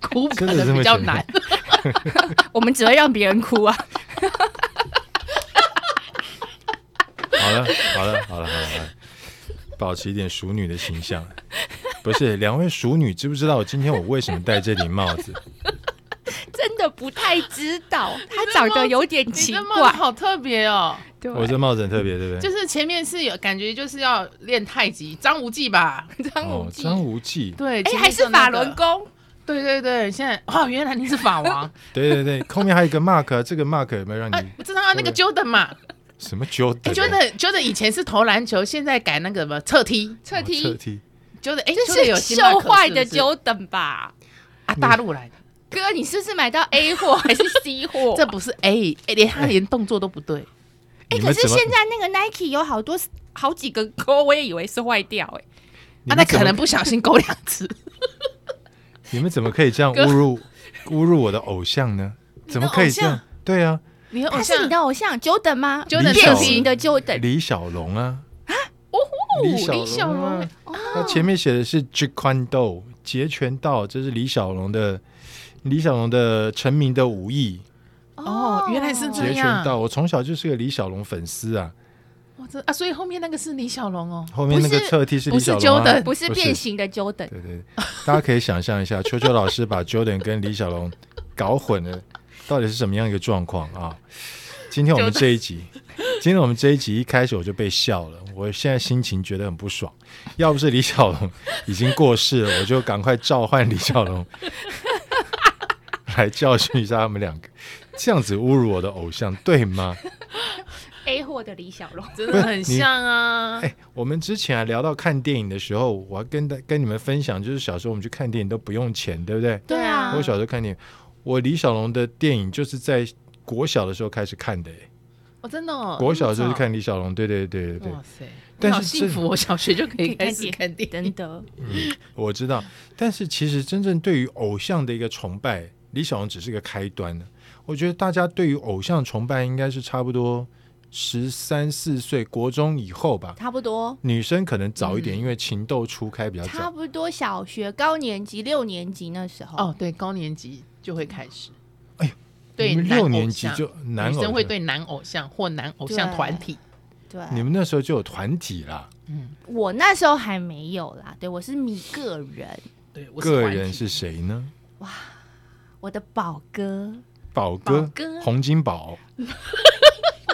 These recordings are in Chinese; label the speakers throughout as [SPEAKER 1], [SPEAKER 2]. [SPEAKER 1] 可
[SPEAKER 2] 真的这
[SPEAKER 1] 能
[SPEAKER 2] 么
[SPEAKER 1] 比较
[SPEAKER 2] 觉得
[SPEAKER 1] 难。
[SPEAKER 3] 我们只会让别人哭啊。
[SPEAKER 2] 好了，好了，好了，好了，好了，保持一点熟女的形 象。不是，两位熟女知不知道今天我为什么戴这顶帽 子？
[SPEAKER 3] 真的不太知道，他长得有点
[SPEAKER 1] 你
[SPEAKER 3] 奇
[SPEAKER 1] 这帽子
[SPEAKER 3] 怪。
[SPEAKER 1] 好特别哦，
[SPEAKER 3] 对，
[SPEAKER 2] 我这帽子很特别，对不对？
[SPEAKER 1] 就是前面是有感觉就是要练太极，张无忌吧？
[SPEAKER 3] 张无
[SPEAKER 2] 哦，
[SPEAKER 3] 忌，
[SPEAKER 2] 张无忌，
[SPEAKER 1] 对，
[SPEAKER 3] 哎，
[SPEAKER 1] 前面
[SPEAKER 3] 还是
[SPEAKER 1] 有那
[SPEAKER 3] 法
[SPEAKER 1] 个
[SPEAKER 3] 轮。功，
[SPEAKER 1] 对对对，现在哦，原来你是法王
[SPEAKER 2] 对对对，后面还有一个 mark，啊这个 mark 有没有让
[SPEAKER 1] 啊
[SPEAKER 2] 你！
[SPEAKER 1] 我知道啊那个 Jordan 嘛
[SPEAKER 2] 什么哦 Jordan？
[SPEAKER 1] 哎，Jordan Jordan 以前是投篮球，现在改那个什么侧踢。
[SPEAKER 3] 彻
[SPEAKER 2] 哦侧
[SPEAKER 3] 底
[SPEAKER 2] 踢，
[SPEAKER 1] Jordan 哎，
[SPEAKER 3] 这
[SPEAKER 1] Jordan 有
[SPEAKER 3] 是
[SPEAKER 1] 星巴克
[SPEAKER 3] 秀坏的
[SPEAKER 1] 是不是
[SPEAKER 3] Jordan 吧？
[SPEAKER 1] 啊，大陆来的，
[SPEAKER 3] 哥，你是不是买到 A 货还是 C 货？
[SPEAKER 1] 这不是 A，哎，连他连动作都不对。
[SPEAKER 3] 哎，
[SPEAKER 2] 你
[SPEAKER 3] 可
[SPEAKER 2] 们
[SPEAKER 3] 是
[SPEAKER 2] 怎么？
[SPEAKER 3] 现在那个 Nike 有好多好几个勾，我也以为是坏掉哎。
[SPEAKER 2] 你
[SPEAKER 1] 啊，
[SPEAKER 2] 们
[SPEAKER 1] 那
[SPEAKER 2] 怎
[SPEAKER 1] 可
[SPEAKER 2] 么
[SPEAKER 1] 能不小心勾两次。
[SPEAKER 2] 你们怎么可以这样侮辱侮辱我的偶像呢？怎么可以这
[SPEAKER 1] 偶
[SPEAKER 2] 样？对啊，
[SPEAKER 1] 你的偶
[SPEAKER 3] 他是
[SPEAKER 1] 像
[SPEAKER 3] 你的偶像 Jordan 吗
[SPEAKER 1] Jordan
[SPEAKER 3] 典
[SPEAKER 2] 特
[SPEAKER 3] 型
[SPEAKER 2] 型
[SPEAKER 3] 的 Jordan。
[SPEAKER 2] 李小龙啊，
[SPEAKER 1] 李小
[SPEAKER 2] 小龙
[SPEAKER 1] 龙
[SPEAKER 2] 啊，他前面写的是 j k w o n d o 截拳道，这是李小龙的李小龙的成名的武艺
[SPEAKER 1] 哦原来是这
[SPEAKER 2] 截
[SPEAKER 1] 样
[SPEAKER 2] 拳道。我从小就是个李小龙粉丝啊，
[SPEAKER 1] 哇，这啊，所以后面那个是李小龙哦。
[SPEAKER 2] 后面那个
[SPEAKER 3] 不是
[SPEAKER 2] 侧踢是
[SPEAKER 1] 不
[SPEAKER 2] 李
[SPEAKER 1] 是
[SPEAKER 2] 小龙、啊
[SPEAKER 1] Jordan，，
[SPEAKER 3] 不是变形的 Jordan，
[SPEAKER 2] 对 对，大家可以想象一下，秋秋老师把 Jordan 跟李小龙搞混了，到底是什么样一个状况啊？今天我们这一集，今天我们这一集一开始我就被笑了，我现在心情觉得很不爽。要不是李小龙已经过世了，我就赶快召唤李小龙 来教训一下他们两个，这样子侮辱我的偶像，对吗？
[SPEAKER 3] ，A 货的李小龙。
[SPEAKER 1] 真
[SPEAKER 2] 不
[SPEAKER 1] 的
[SPEAKER 2] 是
[SPEAKER 1] 很
[SPEAKER 2] 你
[SPEAKER 1] 像啊。
[SPEAKER 2] 哎，我们之前啊聊到看电影的时候，我还跟大跟你们分享，就是小时候我们去看电影都不用钱，对不对？
[SPEAKER 1] 对啊
[SPEAKER 2] 我小时候看电影，我李小龙的电影就是在国小的时候开始看的、欸。
[SPEAKER 1] 我真的哦
[SPEAKER 2] 国小的时候
[SPEAKER 1] 那
[SPEAKER 2] 就。
[SPEAKER 1] 么
[SPEAKER 2] 看李小龙，对对对对
[SPEAKER 1] 早
[SPEAKER 2] 对
[SPEAKER 1] 哇，塞，
[SPEAKER 2] 但
[SPEAKER 1] 你好
[SPEAKER 2] 是
[SPEAKER 1] 幸
[SPEAKER 2] 这
[SPEAKER 1] 福，我小学就可以开始看电
[SPEAKER 3] 真
[SPEAKER 1] 影。
[SPEAKER 3] 的，
[SPEAKER 2] 我知道。但是其实真正对于偶像的一个崇拜，李小龙只是个开端我觉得大家对于偶像崇拜应该是差不多十三四岁国中以后吧，
[SPEAKER 3] 差不多，
[SPEAKER 2] 女生可能早
[SPEAKER 1] 嗯
[SPEAKER 2] 一点，因为情窦初开比较
[SPEAKER 3] 差
[SPEAKER 2] 早。
[SPEAKER 3] 不多小学高年级六年级那时候。
[SPEAKER 1] 哦，对，高年级就会开始。
[SPEAKER 2] 哎呦
[SPEAKER 1] 对，
[SPEAKER 2] 你们
[SPEAKER 1] 男
[SPEAKER 2] 六
[SPEAKER 1] 偶
[SPEAKER 2] 年级
[SPEAKER 1] 像
[SPEAKER 2] 就男
[SPEAKER 1] 女
[SPEAKER 2] 偶
[SPEAKER 1] 生会
[SPEAKER 2] 像，
[SPEAKER 1] 对男偶像或男偶像团体。
[SPEAKER 3] 对，
[SPEAKER 2] 你们那时候就有团体啦。
[SPEAKER 3] 我那时候还没有啦，对我是米个人，
[SPEAKER 1] 对，我是
[SPEAKER 2] 个
[SPEAKER 1] 团
[SPEAKER 2] 人
[SPEAKER 1] 体
[SPEAKER 2] 是谁呢？
[SPEAKER 3] 我的宝 哥，
[SPEAKER 2] 宝哥，
[SPEAKER 3] 宝哥
[SPEAKER 2] 洪金宝。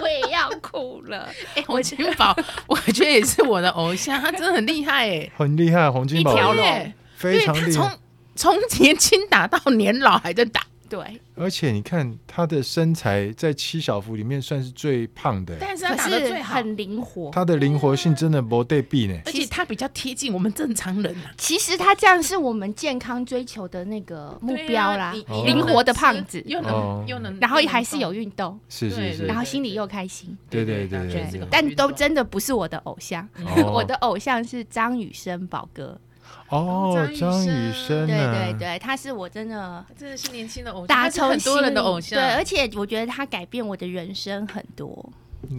[SPEAKER 3] 我也要哭 了。
[SPEAKER 1] 哎，洪金 宝，我觉得也是我的偶像，他真的很厉害哎，
[SPEAKER 2] 很厉害，洪金宝
[SPEAKER 3] 一条
[SPEAKER 1] 对
[SPEAKER 3] 龙，
[SPEAKER 2] 非常
[SPEAKER 1] 因为他
[SPEAKER 2] 厉害。
[SPEAKER 1] 从从年轻打到年老还在打，
[SPEAKER 3] 对，
[SPEAKER 2] 而且你看他的身材在七小福里面算是最胖的，
[SPEAKER 1] 但是他
[SPEAKER 3] 可
[SPEAKER 1] 打的
[SPEAKER 3] 是
[SPEAKER 1] 最好，
[SPEAKER 3] 很灵活。
[SPEAKER 2] 他的灵活性真的没得比呢。
[SPEAKER 1] 而且他比较贴近我们正常人啊。
[SPEAKER 3] 其实他这样是我们健康追求的那个目标啦
[SPEAKER 1] 对啊，
[SPEAKER 2] 你
[SPEAKER 3] 灵活的胖子，
[SPEAKER 1] 又
[SPEAKER 2] 哦
[SPEAKER 1] 能又能，
[SPEAKER 3] 然后还是有运动，
[SPEAKER 2] 是是
[SPEAKER 1] 对
[SPEAKER 2] 是
[SPEAKER 3] 然，后心里又开心。
[SPEAKER 2] 对对
[SPEAKER 1] 对
[SPEAKER 2] 对
[SPEAKER 1] 对
[SPEAKER 2] 对
[SPEAKER 1] 对
[SPEAKER 2] 对
[SPEAKER 1] 对。
[SPEAKER 3] 但都真的不是我的偶像，
[SPEAKER 2] 哦
[SPEAKER 3] 我的偶像是张雨生宝哥。
[SPEAKER 2] 哦，张雨生
[SPEAKER 3] 对对
[SPEAKER 2] 啊，
[SPEAKER 3] 对，他是我真的
[SPEAKER 1] 真的是年轻的偶像，
[SPEAKER 3] 打
[SPEAKER 1] 他是
[SPEAKER 3] 从
[SPEAKER 1] 很多人的
[SPEAKER 3] 心里
[SPEAKER 1] 偶像，
[SPEAKER 3] 对，而且我觉得他改变我的人生很多。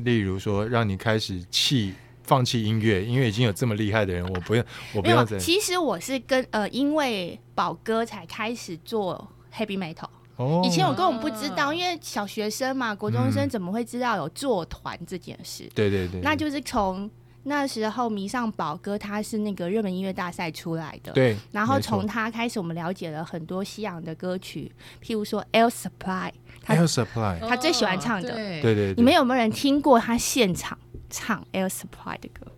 [SPEAKER 2] 例如说让你开始弃放弃音乐，因为已经有这么厉害的人，我不用我不
[SPEAKER 3] 没有
[SPEAKER 2] 要，再
[SPEAKER 3] 其实我是跟呃，因为宝哥才开始做 heavy metal。
[SPEAKER 2] 哦
[SPEAKER 3] 以前我根本不知道，
[SPEAKER 1] 哦
[SPEAKER 3] 因为小学生嘛，国中生
[SPEAKER 2] 嗯
[SPEAKER 3] 怎么会知道有做团这件事？
[SPEAKER 2] 对对对，
[SPEAKER 3] 那就是从那时候迷上宝哥，他是那个热门音乐大赛出来的。
[SPEAKER 2] 对，
[SPEAKER 3] 然后
[SPEAKER 2] 没错
[SPEAKER 3] 从他开始，我们了解了很多西洋的歌曲，譬如说 Air Supply，他
[SPEAKER 2] 还有 Supply，
[SPEAKER 3] 他最喜欢唱的
[SPEAKER 1] 哦对
[SPEAKER 2] 对对，对
[SPEAKER 3] 你们有没有人听过他现场唱 Air Supply 的歌？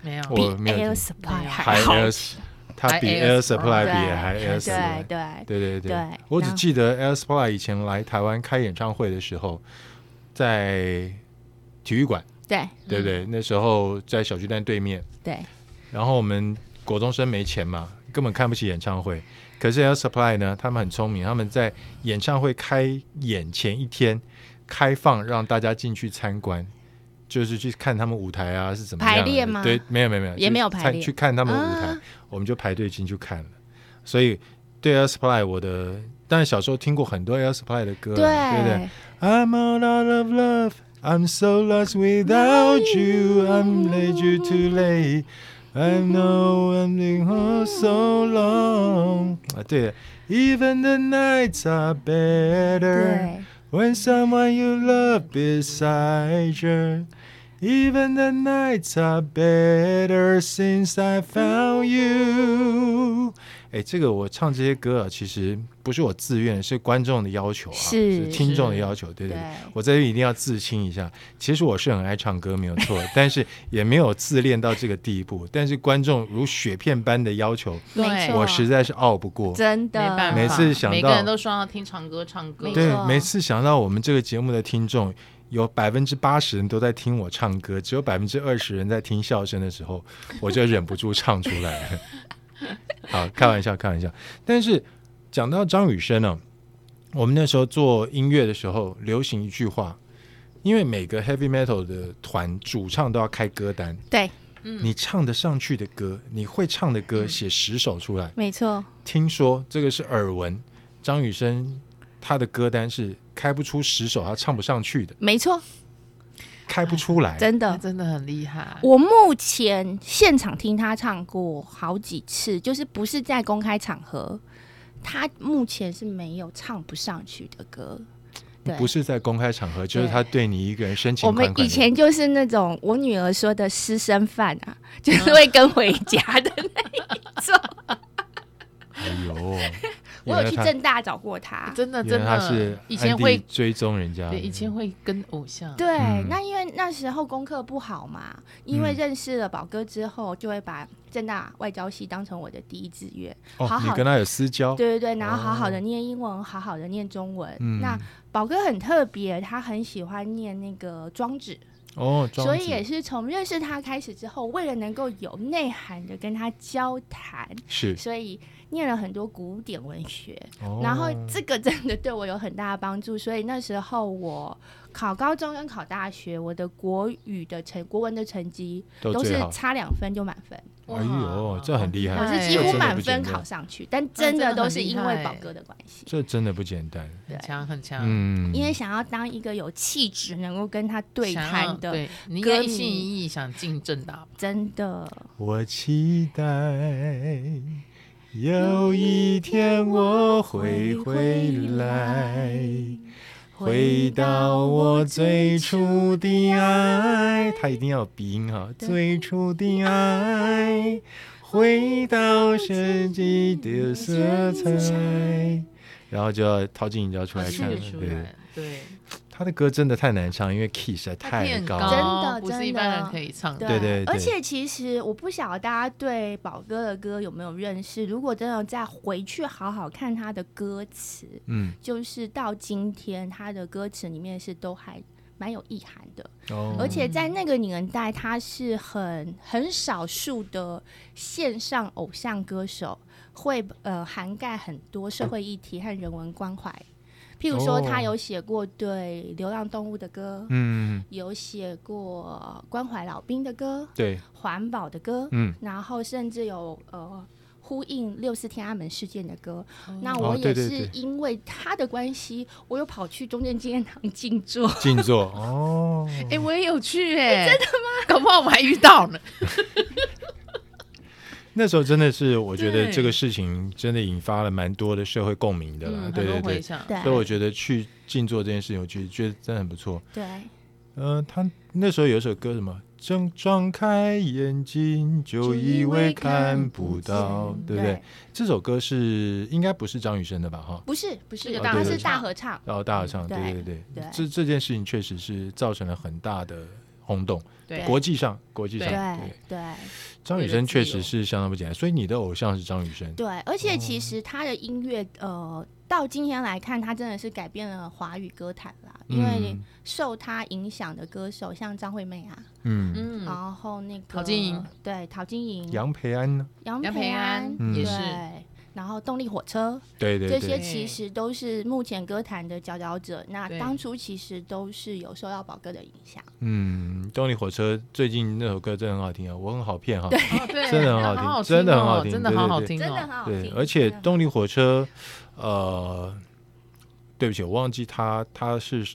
[SPEAKER 1] 没有
[SPEAKER 2] 我
[SPEAKER 3] 比
[SPEAKER 2] 没有
[SPEAKER 3] Air
[SPEAKER 2] 听
[SPEAKER 3] Supply
[SPEAKER 2] 还
[SPEAKER 3] 还好。
[SPEAKER 2] Air，他比
[SPEAKER 1] 还
[SPEAKER 2] Air
[SPEAKER 1] Air
[SPEAKER 2] Supply 比
[SPEAKER 3] 对
[SPEAKER 2] 还 Air
[SPEAKER 3] 对
[SPEAKER 2] Supply。
[SPEAKER 3] 对，
[SPEAKER 2] 对对对，
[SPEAKER 3] 对
[SPEAKER 2] 我只
[SPEAKER 3] 然后
[SPEAKER 2] 记得 Air Supply 以前来台湾开演唱会的时候，在体育馆，
[SPEAKER 3] 对
[SPEAKER 2] 对不对？那时候在小巨蛋对面，
[SPEAKER 3] 对，
[SPEAKER 2] 然后我们国中生没钱嘛，根本看不起演唱会。可是 Air Supply 呢，他们很聪明，他们在演唱会开演前一天开放让大家进去参观。就是去看他们舞台啊，是怎么样的
[SPEAKER 3] 排列吗
[SPEAKER 2] 对，没有没有没有，
[SPEAKER 3] 也没有
[SPEAKER 2] 去
[SPEAKER 3] 排
[SPEAKER 2] 参
[SPEAKER 3] 列
[SPEAKER 2] 去看他们舞台，
[SPEAKER 3] 啊
[SPEAKER 2] 我们就排队进去看了。所以对 Air Supply，我的，但小时候听过很多 Air Supply 的歌啊，对不对？I'm all out of love. I'm so lost without you. I'm late, you too late. I know I'm been home so long. 啊，对， Even the nights are better
[SPEAKER 3] 对，
[SPEAKER 2] when someone you love beside you. Even the nights are better since I found you。哎，这个我唱这些歌啊，其实不是我自愿，是观众的要求啊，
[SPEAKER 3] 是
[SPEAKER 2] 听众的
[SPEAKER 1] 是
[SPEAKER 2] 要求，对对对
[SPEAKER 3] 对。
[SPEAKER 2] 我在这里一定要自清一下，其实我是很爱唱歌，没有错，但是也没有自恋到这个地步。但是观众如雪片般的要求，
[SPEAKER 1] 对
[SPEAKER 3] 没错，
[SPEAKER 2] 我实在是熬不过。
[SPEAKER 3] 真的
[SPEAKER 1] 没办法，
[SPEAKER 2] 每次想
[SPEAKER 1] 每
[SPEAKER 2] 到
[SPEAKER 1] 个人都说要听唱歌，唱歌
[SPEAKER 3] 没。
[SPEAKER 2] 对
[SPEAKER 3] 错，
[SPEAKER 2] 每次想到我们这个节目的听众，有百分之八十人都在听我唱歌，只有百分之二十人在听笑声的时候，我就忍不住唱出 来了。好，开玩笑，开玩笑。但是讲到张雨生呢、啊我们那时候做音乐的时候，流行一句话，因为每个 heavy metal 的团主唱都要开歌单，
[SPEAKER 3] 对，
[SPEAKER 2] 你唱得上去的歌，你会唱的
[SPEAKER 3] 嗯
[SPEAKER 2] 歌，写十首出来。
[SPEAKER 3] 没错，
[SPEAKER 2] 听说这个是耳闻，张雨生他的歌单是开不出十首，他唱不上去的，
[SPEAKER 3] 没错，
[SPEAKER 2] 开不出来。
[SPEAKER 3] 真
[SPEAKER 1] 他
[SPEAKER 3] 的。
[SPEAKER 1] 真的很厉害，
[SPEAKER 3] 我目前现场听他唱过好几次，就是不是在公开场合，他目前是没有唱不上去的歌。对，
[SPEAKER 2] 不是在公开场合，就是他对你一个人深情
[SPEAKER 3] 我
[SPEAKER 2] 款
[SPEAKER 3] 们
[SPEAKER 2] 款的。
[SPEAKER 3] 以前就是那种我女儿说的私生饭啊，
[SPEAKER 2] 嗯
[SPEAKER 3] 就是会跟回家 的那一种。
[SPEAKER 2] 哎呦，
[SPEAKER 3] 我有去
[SPEAKER 2] 原来他
[SPEAKER 3] 正大找过他，
[SPEAKER 1] 真的真
[SPEAKER 2] 原来他是
[SPEAKER 1] 的，以前
[SPEAKER 2] 暗地
[SPEAKER 1] 会
[SPEAKER 2] 追踪人家，
[SPEAKER 1] 对，以前会跟偶像，
[SPEAKER 3] 对，
[SPEAKER 2] 嗯
[SPEAKER 3] 那因为那时候功课不好嘛，因为
[SPEAKER 2] 嗯
[SPEAKER 3] 认识了宝哥之后，就会把正大外交系当成我的第一志愿。
[SPEAKER 2] 哦
[SPEAKER 3] 好，
[SPEAKER 2] 你
[SPEAKER 3] 好
[SPEAKER 2] 跟他有私交，
[SPEAKER 3] 对对对，然后好好的念英文，好好的念中文。
[SPEAKER 2] 哦嗯
[SPEAKER 3] 那宝哥很特别，他很喜欢念那个庄子，
[SPEAKER 2] 哦，
[SPEAKER 3] 所
[SPEAKER 2] 庄
[SPEAKER 3] 以
[SPEAKER 2] 子
[SPEAKER 3] 也是从认识他开始之后，为了能够有内涵的跟他交谈，
[SPEAKER 2] 是，
[SPEAKER 3] 所以念了很多古典文学。
[SPEAKER 2] 哦
[SPEAKER 3] 然后这个真的对我有很大的帮助，所以那时候我考高中跟考大学，我的国语的成国文的成绩
[SPEAKER 2] 都
[SPEAKER 3] 都
[SPEAKER 2] 最
[SPEAKER 3] 是
[SPEAKER 2] 好。
[SPEAKER 3] 差两分就满分，
[SPEAKER 1] 哇
[SPEAKER 2] 哎呦，这很厉害，
[SPEAKER 1] 哎
[SPEAKER 3] 我是几
[SPEAKER 1] 这
[SPEAKER 3] 乎
[SPEAKER 2] 真的
[SPEAKER 3] 满
[SPEAKER 2] 不
[SPEAKER 3] 分
[SPEAKER 2] 简单
[SPEAKER 3] 考上去，但
[SPEAKER 1] 哎真
[SPEAKER 3] 真
[SPEAKER 1] 的
[SPEAKER 3] 的
[SPEAKER 1] 很
[SPEAKER 3] 都是
[SPEAKER 1] 厉
[SPEAKER 3] 因
[SPEAKER 1] 害哎
[SPEAKER 3] 为宝哥的关系，
[SPEAKER 2] 这真的不简单。
[SPEAKER 1] 很强很强，
[SPEAKER 2] 嗯，
[SPEAKER 3] 因为想要当一个有气质、能够跟他对
[SPEAKER 1] 想要
[SPEAKER 3] 谈的，
[SPEAKER 1] 对，你应该
[SPEAKER 3] 歌
[SPEAKER 1] 一心
[SPEAKER 3] 迷
[SPEAKER 1] 一意想进正大吧？
[SPEAKER 3] 真的
[SPEAKER 2] 我期待有一天我会回来，回到我最初的爱。他一定要有鼻音哈，最初的爱，回到自己的色彩。然后就要套进你就要出来
[SPEAKER 1] 听
[SPEAKER 2] 看了
[SPEAKER 1] 得，出
[SPEAKER 2] 对
[SPEAKER 1] 来，对，
[SPEAKER 2] 他的歌真的太难唱，因为 key 实在
[SPEAKER 1] 他
[SPEAKER 2] 太
[SPEAKER 1] 天
[SPEAKER 2] 高
[SPEAKER 1] 高，
[SPEAKER 3] 真
[SPEAKER 2] 了。
[SPEAKER 3] 的
[SPEAKER 1] 不
[SPEAKER 3] 真
[SPEAKER 1] 是一
[SPEAKER 3] 的
[SPEAKER 1] 般人可以唱的。
[SPEAKER 2] 对对
[SPEAKER 3] 而
[SPEAKER 2] 对
[SPEAKER 3] 且其实我不晓得大家对宝哥的歌有没有认识，如果真的再回去好好看他的歌词，
[SPEAKER 2] 嗯，
[SPEAKER 3] 就是到今天他的歌词里面是都还蛮有意涵的，
[SPEAKER 2] 哦
[SPEAKER 3] 而且在那个年代，他是很很少数的线上偶像歌手，会呃涵盖很多社会议题和人文关怀。譬如说，
[SPEAKER 2] 哦
[SPEAKER 3] 他有写过对流浪动物的歌，
[SPEAKER 2] 嗯，
[SPEAKER 3] 有写过关怀老兵的歌、
[SPEAKER 2] 对，
[SPEAKER 3] 环保的歌，
[SPEAKER 2] 嗯，
[SPEAKER 3] 然后甚至有呃呼应六四天安门事件的歌。
[SPEAKER 1] 哦
[SPEAKER 3] 那
[SPEAKER 2] 哦
[SPEAKER 3] 我
[SPEAKER 2] 对
[SPEAKER 3] 也
[SPEAKER 2] 对
[SPEAKER 3] 是
[SPEAKER 2] 对
[SPEAKER 3] 因为他的关系，我有跑去中正纪念堂静 坐。
[SPEAKER 2] 静坐哦。
[SPEAKER 1] 哎、我也有去 哎、真的吗？搞不好我还遇到呢。
[SPEAKER 2] 那时候真的是，我觉得
[SPEAKER 1] 对
[SPEAKER 2] 这个事情真的引发了蛮多的社会共鸣的啦。
[SPEAKER 3] 嗯
[SPEAKER 2] 对
[SPEAKER 1] 嗯很
[SPEAKER 2] 对
[SPEAKER 1] 多回
[SPEAKER 2] 对，
[SPEAKER 1] 想，
[SPEAKER 3] 对
[SPEAKER 2] 所以我觉得去静坐这件事情，我觉得觉得真的很不错。
[SPEAKER 3] 对，
[SPEAKER 2] 呃，他那时候有一首歌什么？睁张开眼睛，就以为看不到，对不对？？这首歌是应该不是张雨生的吧？哈，
[SPEAKER 3] 不是，不
[SPEAKER 1] 是
[SPEAKER 3] 是，
[SPEAKER 1] 个
[SPEAKER 2] 大
[SPEAKER 3] 它
[SPEAKER 2] 合
[SPEAKER 3] 是大
[SPEAKER 1] 唱
[SPEAKER 3] 合唱。
[SPEAKER 2] 然后大合唱，
[SPEAKER 3] 对
[SPEAKER 2] 对对对，
[SPEAKER 3] 嗯对
[SPEAKER 2] 这这件事情确实是造成了很大的轰动，
[SPEAKER 1] 对
[SPEAKER 2] 国际上，国际上，
[SPEAKER 3] 对
[SPEAKER 2] 对，
[SPEAKER 3] 对
[SPEAKER 2] 张雨生确实是相当不简单，所以你的偶像是张雨生，
[SPEAKER 3] 对，而
[SPEAKER 1] 哦
[SPEAKER 3] 且其实他的音乐，呃，到今天来看，他真的是改变了华语歌坛啦。因为
[SPEAKER 2] 嗯
[SPEAKER 3] 受他影响的歌手，像张惠妹啊，
[SPEAKER 2] 嗯，
[SPEAKER 1] 嗯，
[SPEAKER 3] 然后那个
[SPEAKER 1] 陶晶莹，
[SPEAKER 3] 对，陶晶莹、
[SPEAKER 2] 杨培安呢？
[SPEAKER 3] 杨
[SPEAKER 1] 杨
[SPEAKER 3] 培
[SPEAKER 1] 培
[SPEAKER 3] 安
[SPEAKER 1] 安，嗯
[SPEAKER 3] 对
[SPEAKER 1] 也是
[SPEAKER 3] 然后动力火车，
[SPEAKER 2] 对对
[SPEAKER 3] 这
[SPEAKER 2] 对，
[SPEAKER 3] 些
[SPEAKER 1] 对
[SPEAKER 3] 其实都是目前歌坛的佼佼者。那
[SPEAKER 1] 对
[SPEAKER 3] 当初其实都是有受到宝哥的影响，
[SPEAKER 2] 嗯，动力火车最近那首歌真的很好听啊，我很好骗哈。
[SPEAKER 1] 哦对，
[SPEAKER 2] 真的很好听
[SPEAKER 1] 好
[SPEAKER 2] 真的很好
[SPEAKER 1] 哦
[SPEAKER 2] 听
[SPEAKER 1] 真的
[SPEAKER 2] 对
[SPEAKER 1] 好
[SPEAKER 2] 对
[SPEAKER 1] 好
[SPEAKER 2] 对
[SPEAKER 1] 听
[SPEAKER 3] 真的很
[SPEAKER 1] 哦。
[SPEAKER 3] 好
[SPEAKER 2] 对
[SPEAKER 3] 听，。
[SPEAKER 2] 而且
[SPEAKER 3] 真的很
[SPEAKER 2] 动力火车，呃，对不起，我忘记他他是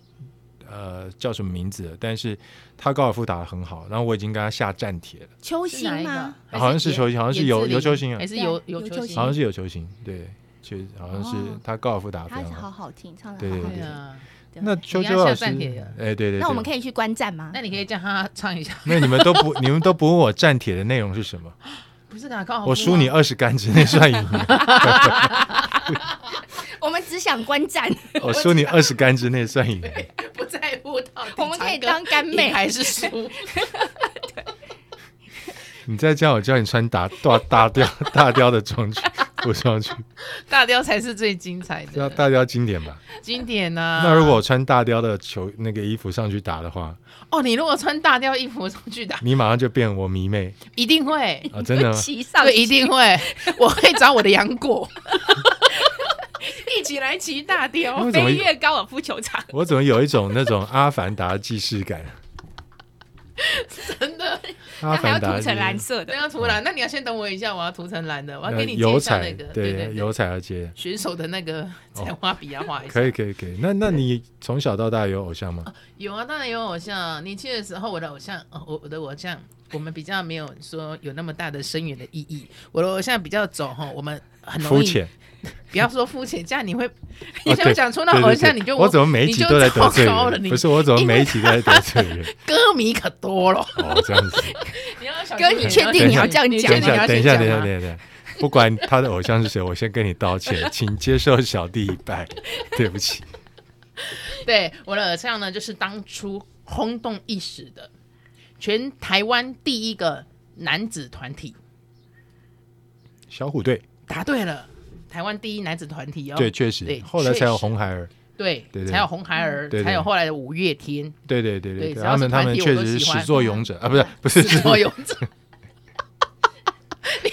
[SPEAKER 2] 呃叫什么名字了，但是他高尔夫打得很好，然后我已经跟他下战帖了，
[SPEAKER 3] 秋
[SPEAKER 1] 是
[SPEAKER 3] 心
[SPEAKER 1] 哪一个
[SPEAKER 3] 吗？
[SPEAKER 1] 还
[SPEAKER 2] 好像是
[SPEAKER 1] 颜
[SPEAKER 2] 球星好像是
[SPEAKER 1] 颜
[SPEAKER 2] 游
[SPEAKER 1] 志
[SPEAKER 2] 游
[SPEAKER 1] 玲
[SPEAKER 2] 球星啊
[SPEAKER 1] 还是
[SPEAKER 3] 对
[SPEAKER 1] 游
[SPEAKER 3] 游
[SPEAKER 1] 游
[SPEAKER 3] 球
[SPEAKER 1] 球
[SPEAKER 3] 星
[SPEAKER 1] 星，
[SPEAKER 2] 好像是有球星，对，确好像是
[SPEAKER 3] 哦
[SPEAKER 2] 他高尔夫打得
[SPEAKER 3] 他
[SPEAKER 2] 非
[SPEAKER 3] 是
[SPEAKER 2] 常
[SPEAKER 3] 好
[SPEAKER 2] 好。
[SPEAKER 3] 好听，唱的
[SPEAKER 2] 对
[SPEAKER 3] 好好
[SPEAKER 1] 对
[SPEAKER 3] 听。
[SPEAKER 1] 啊，
[SPEAKER 3] 对
[SPEAKER 2] 那秋秋
[SPEAKER 1] 你要
[SPEAKER 2] 老
[SPEAKER 1] 下
[SPEAKER 2] 师，
[SPEAKER 1] 暂停了
[SPEAKER 2] 哎，对对，
[SPEAKER 3] 那我
[SPEAKER 2] 对
[SPEAKER 3] 们可以去观战吗
[SPEAKER 1] 那？你可以叫他唱一下，
[SPEAKER 2] 那你们都不， 你们都不问我站铁的内容是什么？
[SPEAKER 1] 不是打
[SPEAKER 3] 哦
[SPEAKER 1] 高尔夫啊
[SPEAKER 2] 我输你二十杆之内算 赢你，
[SPEAKER 3] 我们只想观战，
[SPEAKER 2] 我输你二十杆之内算赢你。
[SPEAKER 1] 不在乎到底
[SPEAKER 3] 我们可以
[SPEAKER 1] 唱歌
[SPEAKER 3] 当干妹
[SPEAKER 1] 赢还 是输？
[SPEAKER 2] 你再这样，我叫你穿打大大雕大雕的装去服装去，
[SPEAKER 1] 大雕才是最精彩
[SPEAKER 2] 叫
[SPEAKER 1] 的，
[SPEAKER 2] 大雕经典吧。
[SPEAKER 1] 经典啊呐、
[SPEAKER 2] 那如果我穿大雕的球那个衣服上去打的话，
[SPEAKER 1] 哦，你如果穿大雕衣服上去打，
[SPEAKER 2] 你马上就变我 迷妹
[SPEAKER 1] 一定会，
[SPEAKER 2] 啊！ 真 的吗？
[SPEAKER 3] 骑上
[SPEAKER 1] 对，一定会， 我会找我的杨果。 一起来骑大雕，
[SPEAKER 2] 为什么
[SPEAKER 3] 飞跃高尔夫球场。
[SPEAKER 2] 我怎么有一种那种阿凡达既视感？
[SPEAKER 1] 真的，
[SPEAKER 2] 阿
[SPEAKER 3] 还要
[SPEAKER 2] 凡达
[SPEAKER 3] 涂
[SPEAKER 2] 既视
[SPEAKER 3] 成蓝色
[SPEAKER 1] 那
[SPEAKER 3] 的，
[SPEAKER 1] 要涂蓝，那你要先等我一下，我要涂成蓝的，我要
[SPEAKER 2] 哦呃
[SPEAKER 1] 给你
[SPEAKER 2] 油
[SPEAKER 1] 接下
[SPEAKER 2] 彩
[SPEAKER 1] 那个，对
[SPEAKER 2] 对油彩要接，
[SPEAKER 1] 选手的那个彩画笔要画一下。
[SPEAKER 2] 可以可以可以。那那你从小到大有偶像吗？
[SPEAKER 1] 有啊，当然有偶像。年轻的时候，我的偶像，哦，我我的偶像，我们比较没有说有那么大的深远的意义。我的偶像比较走哈，我们很容
[SPEAKER 2] 肤
[SPEAKER 1] 易，
[SPEAKER 2] 浅，
[SPEAKER 1] 不要说肤浅，这样你会，
[SPEAKER 2] 哦
[SPEAKER 1] 你
[SPEAKER 2] 对
[SPEAKER 1] 想讲出那
[SPEAKER 2] 对
[SPEAKER 1] 偶
[SPEAKER 2] 对
[SPEAKER 1] 像，
[SPEAKER 2] 对
[SPEAKER 1] 你就
[SPEAKER 2] 我怎么每一
[SPEAKER 1] 你
[SPEAKER 2] 集
[SPEAKER 1] 就
[SPEAKER 2] 都在得罪
[SPEAKER 1] 糟糕了
[SPEAKER 2] 人？
[SPEAKER 1] 你
[SPEAKER 2] 不是我怎么每一集都在得罪人？
[SPEAKER 1] 歌迷可多了。
[SPEAKER 2] 哦，这样子。
[SPEAKER 1] 你要小心
[SPEAKER 3] 哥，你确定你要这样
[SPEAKER 1] 你
[SPEAKER 2] 等
[SPEAKER 1] 确定
[SPEAKER 2] 一
[SPEAKER 1] 你
[SPEAKER 2] 下，
[SPEAKER 1] 要
[SPEAKER 2] 等一
[SPEAKER 1] 先
[SPEAKER 2] 下，
[SPEAKER 1] 讲啊
[SPEAKER 2] 等一下，
[SPEAKER 1] 吗
[SPEAKER 2] 等？一下，不管他的偶像是谁，我先跟你道歉，请接受小弟一 拜，对不起。
[SPEAKER 1] 对，我的偶像呢，就是当初轰动一时的全台湾第一个男子团体，
[SPEAKER 2] 小虎队，
[SPEAKER 1] 答对了，台湾第一男子团体哦。
[SPEAKER 2] 对，确实
[SPEAKER 1] 对，
[SPEAKER 2] 后来才有
[SPEAKER 1] 确实
[SPEAKER 2] 红孩儿，
[SPEAKER 1] 对
[SPEAKER 2] 对对
[SPEAKER 1] 才有红孩儿，
[SPEAKER 2] 对对
[SPEAKER 1] 才有后来的五月 天，
[SPEAKER 2] 对对对
[SPEAKER 1] 对
[SPEAKER 2] 对，
[SPEAKER 1] 只要
[SPEAKER 2] 他
[SPEAKER 1] 是
[SPEAKER 2] 们他
[SPEAKER 1] 团
[SPEAKER 2] 们
[SPEAKER 1] 体我
[SPEAKER 2] 确
[SPEAKER 1] 都
[SPEAKER 2] 实是
[SPEAKER 1] 喜
[SPEAKER 2] 始
[SPEAKER 1] 欢
[SPEAKER 2] 作俑者啊，不是不是，
[SPEAKER 1] 始作俑者。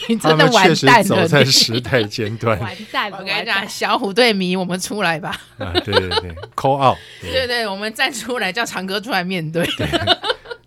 [SPEAKER 1] 你
[SPEAKER 2] 他
[SPEAKER 1] 真的
[SPEAKER 2] 们
[SPEAKER 1] 完
[SPEAKER 2] 确实
[SPEAKER 1] 蛋
[SPEAKER 2] 走
[SPEAKER 1] 了！
[SPEAKER 2] 在
[SPEAKER 1] 你
[SPEAKER 2] 时代尖 端
[SPEAKER 3] 完蛋了，
[SPEAKER 1] 我跟你
[SPEAKER 3] 完
[SPEAKER 1] 讲，
[SPEAKER 3] 蛋！
[SPEAKER 1] 小虎队迷，我们出来吧！
[SPEAKER 2] 啊，对对对，call out。
[SPEAKER 1] 对对，我们站出来，叫长哥出来面对。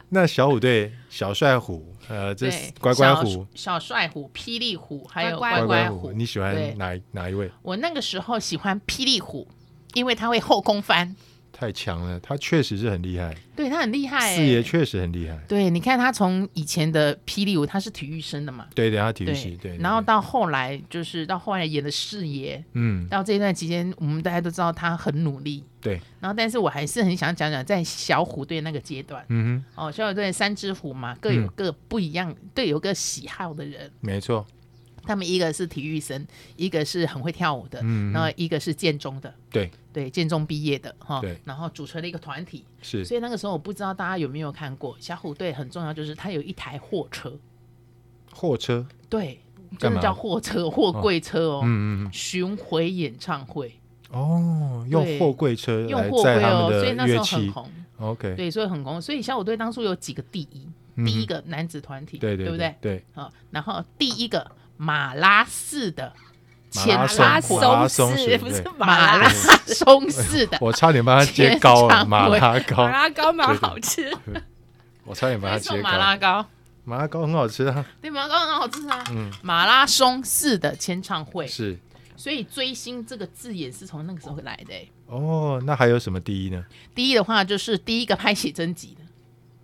[SPEAKER 2] 那小虎队、小帅虎，呃，这
[SPEAKER 1] 对，
[SPEAKER 2] 乖乖
[SPEAKER 1] 小
[SPEAKER 2] 虎、
[SPEAKER 1] 小帅虎、霹雳虎，还有
[SPEAKER 3] 乖
[SPEAKER 1] 乖
[SPEAKER 2] 乖
[SPEAKER 1] 虎。
[SPEAKER 2] 你喜
[SPEAKER 1] 对
[SPEAKER 2] 欢哪一哪一位？
[SPEAKER 1] 我那个时候喜欢霹雳虎，因为他会后空翻，
[SPEAKER 2] 太强了，他确实是很厉害，
[SPEAKER 1] 对他很厉害、
[SPEAKER 2] 四爷
[SPEAKER 1] 欸。
[SPEAKER 2] 确实很厉害。
[SPEAKER 1] 对，你看他从以前的霹雳舞，他是体育生的嘛，
[SPEAKER 2] 对对，他体育
[SPEAKER 1] 对
[SPEAKER 2] 系，对，对
[SPEAKER 1] 然后
[SPEAKER 2] 对
[SPEAKER 1] 到后来就是到后来演的视野，
[SPEAKER 2] 嗯，
[SPEAKER 1] 到这一段期间，我们大家都知道他很努力。
[SPEAKER 2] 对，
[SPEAKER 1] 然后，但是我还是很想讲讲在小虎队那个阶段
[SPEAKER 2] 嗯
[SPEAKER 1] 哦，小虎队三只虎嘛，各有
[SPEAKER 2] 嗯
[SPEAKER 1] 各不一样，各有各喜好的人
[SPEAKER 2] 哼。，没错，
[SPEAKER 1] 他们一个是体育生，一个是很会跳舞的，
[SPEAKER 2] 嗯
[SPEAKER 1] 然后一个是建中的，
[SPEAKER 2] 对
[SPEAKER 1] 对，建中毕业的哈
[SPEAKER 2] 对，
[SPEAKER 1] 然后组成了一个团体。
[SPEAKER 2] 是
[SPEAKER 1] 所以那个时候我不知道大家有没有看过小虎队，很重要就是它有一台货车，
[SPEAKER 2] 货车，
[SPEAKER 1] 对，
[SPEAKER 2] 干
[SPEAKER 1] 真
[SPEAKER 2] 嘛
[SPEAKER 1] 的叫货车、货柜车哦，
[SPEAKER 2] 嗯嗯
[SPEAKER 1] 巡回演唱会
[SPEAKER 2] 嗯，哦，用
[SPEAKER 1] 对
[SPEAKER 2] 货柜车
[SPEAKER 1] 用
[SPEAKER 2] 来
[SPEAKER 1] 货
[SPEAKER 2] 载
[SPEAKER 1] 柜
[SPEAKER 2] 他
[SPEAKER 1] 哦，
[SPEAKER 2] 们
[SPEAKER 1] 所以
[SPEAKER 2] 的
[SPEAKER 1] 那时
[SPEAKER 2] 乐
[SPEAKER 1] 候很
[SPEAKER 2] 器
[SPEAKER 1] 红，
[SPEAKER 2] ，OK，
[SPEAKER 1] 对，所以很红。所以小虎队当初有几个第一，
[SPEAKER 2] 嗯哼
[SPEAKER 1] 第一个男子团体，
[SPEAKER 2] 对
[SPEAKER 1] 不
[SPEAKER 2] 对
[SPEAKER 1] 对？
[SPEAKER 2] 对，
[SPEAKER 1] 啊，然后第一个马拉式的
[SPEAKER 2] 马
[SPEAKER 1] 前
[SPEAKER 2] 拉
[SPEAKER 1] 拉
[SPEAKER 2] 松
[SPEAKER 1] 松
[SPEAKER 2] 马拉松是
[SPEAKER 3] 是不是
[SPEAKER 2] 对
[SPEAKER 1] 马
[SPEAKER 3] 马
[SPEAKER 1] 拉
[SPEAKER 3] 拉
[SPEAKER 1] 松式 的，
[SPEAKER 2] 我差点把它接
[SPEAKER 1] 前
[SPEAKER 2] 高了，
[SPEAKER 1] 掌
[SPEAKER 2] 马
[SPEAKER 1] 柜
[SPEAKER 2] 拉
[SPEAKER 3] 马
[SPEAKER 2] 糕，
[SPEAKER 3] 拉糕蛮好吃，
[SPEAKER 2] 我差点把它
[SPEAKER 1] 没错，
[SPEAKER 2] 接
[SPEAKER 1] 马
[SPEAKER 2] 高，
[SPEAKER 1] 拉糕，
[SPEAKER 2] 马拉糕很好吃啊，
[SPEAKER 1] 对，马拉糕很好吃啊。
[SPEAKER 2] 嗯，
[SPEAKER 1] 马拉松式的签唱会，
[SPEAKER 2] 是，
[SPEAKER 1] 所以“追星”这个字眼是从那个时候来的欸、
[SPEAKER 2] 哦，那还有什么第一呢？
[SPEAKER 1] 第一的话就是第一个拍写真集的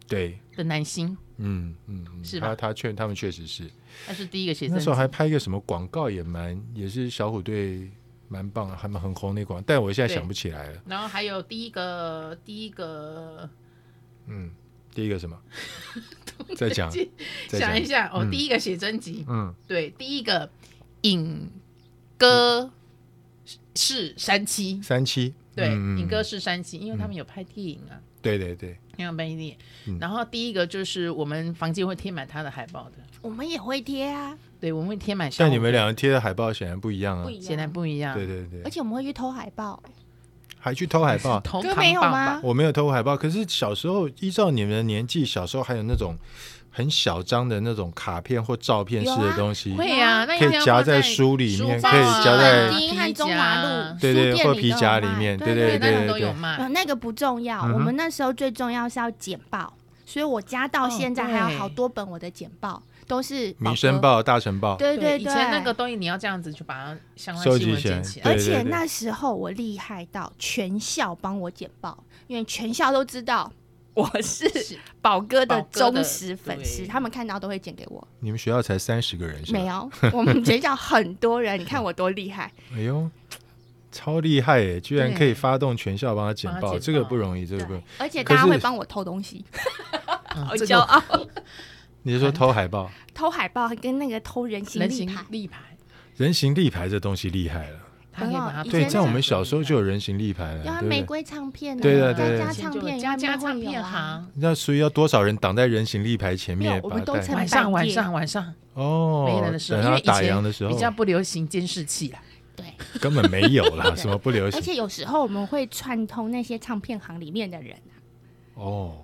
[SPEAKER 2] 对，
[SPEAKER 1] 的男星，
[SPEAKER 2] 嗯嗯，嗯
[SPEAKER 1] 是
[SPEAKER 2] 他
[SPEAKER 1] 吧
[SPEAKER 2] 他确他们确实是，
[SPEAKER 1] 他是第一个写真
[SPEAKER 2] 那
[SPEAKER 1] 集。
[SPEAKER 2] 时候还拍一个什么广告也蛮，也是小虎队蛮棒，啊还蛮很红那广告，但我现在
[SPEAKER 1] 对
[SPEAKER 2] 想不起来了，
[SPEAKER 1] 然后还有第一个第一个
[SPEAKER 2] 嗯，第一 个什么？再讲，再
[SPEAKER 1] 想一
[SPEAKER 2] 讲，
[SPEAKER 1] 下哦，
[SPEAKER 2] 嗯
[SPEAKER 1] 第一个写真集，
[SPEAKER 2] 嗯，
[SPEAKER 1] 对，第一个影歌是山七，
[SPEAKER 2] 三七，
[SPEAKER 1] 对，
[SPEAKER 2] 嗯
[SPEAKER 1] 影歌，是山七，因为他们有拍电影啊，
[SPEAKER 2] 对对对，
[SPEAKER 1] 他们有拍电影
[SPEAKER 2] 嗯。
[SPEAKER 1] 然后第一个就是我们房间会贴满他的海报的，
[SPEAKER 3] 我们也会贴啊，
[SPEAKER 1] 对，我们会贴满小
[SPEAKER 2] 像
[SPEAKER 1] 虎队。
[SPEAKER 2] 你们两个贴的海报显然不一样啊
[SPEAKER 3] 不，一样。
[SPEAKER 1] 显然，不一样，
[SPEAKER 2] 对对对
[SPEAKER 3] 而，且我们会去偷海报，
[SPEAKER 2] 还去偷海报，
[SPEAKER 1] 头
[SPEAKER 3] 哥
[SPEAKER 1] 扛
[SPEAKER 3] 没有
[SPEAKER 1] 棒
[SPEAKER 3] 吗
[SPEAKER 1] 吧？
[SPEAKER 2] 我没有偷过海报，可是小时候依照你们的年纪，小时候还有那种很小张的那种卡片或照片式
[SPEAKER 3] 有
[SPEAKER 2] 的
[SPEAKER 3] 啊
[SPEAKER 2] 东西，
[SPEAKER 1] 会啊，那
[SPEAKER 2] 可以
[SPEAKER 1] 要
[SPEAKER 2] 夹
[SPEAKER 1] 放
[SPEAKER 2] 在
[SPEAKER 1] 在
[SPEAKER 2] 书里面
[SPEAKER 1] 包啊
[SPEAKER 2] 可以夹在
[SPEAKER 3] 丁和中华路，
[SPEAKER 2] 对对
[SPEAKER 3] 书店
[SPEAKER 2] 或
[SPEAKER 3] 里
[SPEAKER 2] 皮
[SPEAKER 3] 都有卖
[SPEAKER 2] 夹里面
[SPEAKER 3] 对
[SPEAKER 2] 对
[SPEAKER 1] 对，那
[SPEAKER 3] 对。
[SPEAKER 1] 种都有
[SPEAKER 3] 呃
[SPEAKER 1] 卖。
[SPEAKER 3] 那个不重要，
[SPEAKER 2] 嗯哼
[SPEAKER 3] 我们那时候最重要是要简报，所以我家到现在
[SPEAKER 1] 哦
[SPEAKER 3] 还
[SPEAKER 1] 对
[SPEAKER 3] 有好多本我的简报，都是宝
[SPEAKER 2] 民生
[SPEAKER 3] 哥。
[SPEAKER 2] 报、大成报，
[SPEAKER 3] 对对
[SPEAKER 1] 以
[SPEAKER 3] 对，
[SPEAKER 1] 前那个东西你要这样子去把它相
[SPEAKER 2] 收
[SPEAKER 1] 关
[SPEAKER 2] 集
[SPEAKER 1] 新闻
[SPEAKER 2] 起
[SPEAKER 1] 捡起
[SPEAKER 2] 来
[SPEAKER 1] 来。
[SPEAKER 2] 对
[SPEAKER 3] 而且那时候我厉害到全校帮我剪报，因为全校都知道我 是
[SPEAKER 1] 是
[SPEAKER 3] 宝哥的
[SPEAKER 1] 宝哥的
[SPEAKER 3] 忠实粉丝，
[SPEAKER 1] 对
[SPEAKER 3] 他们看到都会剪给我。
[SPEAKER 2] 你们学校才三十个人是啊吧
[SPEAKER 3] 没？有，我们学校很多人，你看我多厉害。
[SPEAKER 2] 哎呦，超厉害耶！居然可以
[SPEAKER 1] 对
[SPEAKER 2] 发动全校帮他简
[SPEAKER 1] 帮他
[SPEAKER 2] 报，
[SPEAKER 1] 剪
[SPEAKER 2] 这个
[SPEAKER 1] 报
[SPEAKER 2] 不容易，这个不容
[SPEAKER 3] 对
[SPEAKER 2] 易。，
[SPEAKER 3] 而且
[SPEAKER 2] 可
[SPEAKER 3] 大家
[SPEAKER 2] 是
[SPEAKER 3] 会帮我偷东西，
[SPEAKER 1] 嗯
[SPEAKER 3] 好
[SPEAKER 1] 这
[SPEAKER 3] 哦骄
[SPEAKER 1] 个
[SPEAKER 3] 傲，
[SPEAKER 2] 你是说偷海报、
[SPEAKER 3] 偷海报跟那个偷人形
[SPEAKER 1] 人
[SPEAKER 3] 立
[SPEAKER 1] 形
[SPEAKER 3] 牌，
[SPEAKER 1] 立牌，
[SPEAKER 2] 人形立牌这东西厉害了？
[SPEAKER 1] 他可以把它
[SPEAKER 3] 以前
[SPEAKER 2] 对，
[SPEAKER 3] 那
[SPEAKER 2] 在我们
[SPEAKER 1] 个
[SPEAKER 2] 小时候就有人形立牌了，
[SPEAKER 3] 然后
[SPEAKER 2] 对
[SPEAKER 3] 啊玫
[SPEAKER 2] 不对？
[SPEAKER 3] 瑰唱片啊，
[SPEAKER 2] 对对对
[SPEAKER 3] 家
[SPEAKER 2] 对
[SPEAKER 3] 家唱片，
[SPEAKER 1] 家
[SPEAKER 3] 应
[SPEAKER 1] 家
[SPEAKER 3] 该会
[SPEAKER 1] 唱片
[SPEAKER 3] 有啊。
[SPEAKER 1] 行，
[SPEAKER 2] 那所以要多少人挡在人形立牌前
[SPEAKER 3] 没
[SPEAKER 2] 面
[SPEAKER 3] 有我
[SPEAKER 2] 把
[SPEAKER 3] 们都
[SPEAKER 2] 带？
[SPEAKER 3] 称
[SPEAKER 1] 晚
[SPEAKER 3] 半
[SPEAKER 1] 上晚
[SPEAKER 3] 夜
[SPEAKER 1] 上晚上没
[SPEAKER 2] 哦
[SPEAKER 1] 人的，时候，
[SPEAKER 2] 等
[SPEAKER 1] 因
[SPEAKER 2] 他
[SPEAKER 1] 为以
[SPEAKER 2] 打烊的时
[SPEAKER 1] 前
[SPEAKER 2] 候
[SPEAKER 1] 比较不流行监视器啊啦，
[SPEAKER 3] 对，
[SPEAKER 2] 根本没有啦，什么不流
[SPEAKER 3] 而
[SPEAKER 2] 行
[SPEAKER 3] 且有时候我们会串通那些唱片行里面的人啊，
[SPEAKER 2] 哦。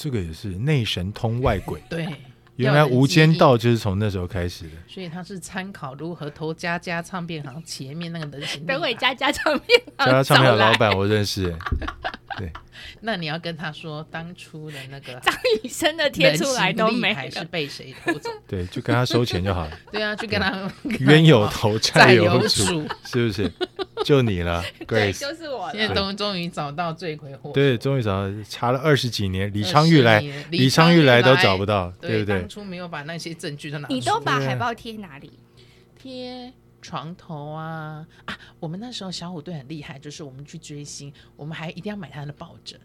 [SPEAKER 2] 这个也是内神通外鬼，
[SPEAKER 1] 对。
[SPEAKER 2] 原来《无间道》就是从那时候开始的。
[SPEAKER 1] 所以他是参考如何投家家唱片行前面那个人形立牌。
[SPEAKER 3] 等会家家唱片行
[SPEAKER 2] 家 家唱片的
[SPEAKER 3] 找来
[SPEAKER 2] 老板我认识，
[SPEAKER 1] 那你要跟他说，当初的那个
[SPEAKER 3] 张雨生的贴出来都 没
[SPEAKER 1] 还是
[SPEAKER 3] 了。
[SPEAKER 1] 被谁偷 走？
[SPEAKER 2] 对，就跟他收钱就好 了。
[SPEAKER 1] 对啊，就跟他跟他
[SPEAKER 2] 冤有
[SPEAKER 1] 说
[SPEAKER 2] 头，
[SPEAKER 1] 债
[SPEAKER 2] 债
[SPEAKER 1] 有
[SPEAKER 2] 有主，
[SPEAKER 1] 主。
[SPEAKER 2] 是不是？就你了
[SPEAKER 3] 对，
[SPEAKER 2] ，Grace。
[SPEAKER 3] 就是我
[SPEAKER 1] 现在
[SPEAKER 3] 了。
[SPEAKER 1] 终终于找到罪魁祸首。
[SPEAKER 2] 对，终于找到，查了二十几年，李
[SPEAKER 1] 20
[SPEAKER 2] 昌钰来，
[SPEAKER 1] 年
[SPEAKER 2] 李昌钰来都找不
[SPEAKER 1] 到，
[SPEAKER 2] 到，对不对
[SPEAKER 1] 当？初没有把那些证据都拿出来，
[SPEAKER 3] 你都把
[SPEAKER 2] 对啊
[SPEAKER 3] 海报贴哪里？
[SPEAKER 1] 贴床头啊啊！我们那时候小虎队很厉害，就是我们去追星，我们还一定要买他的抱枕，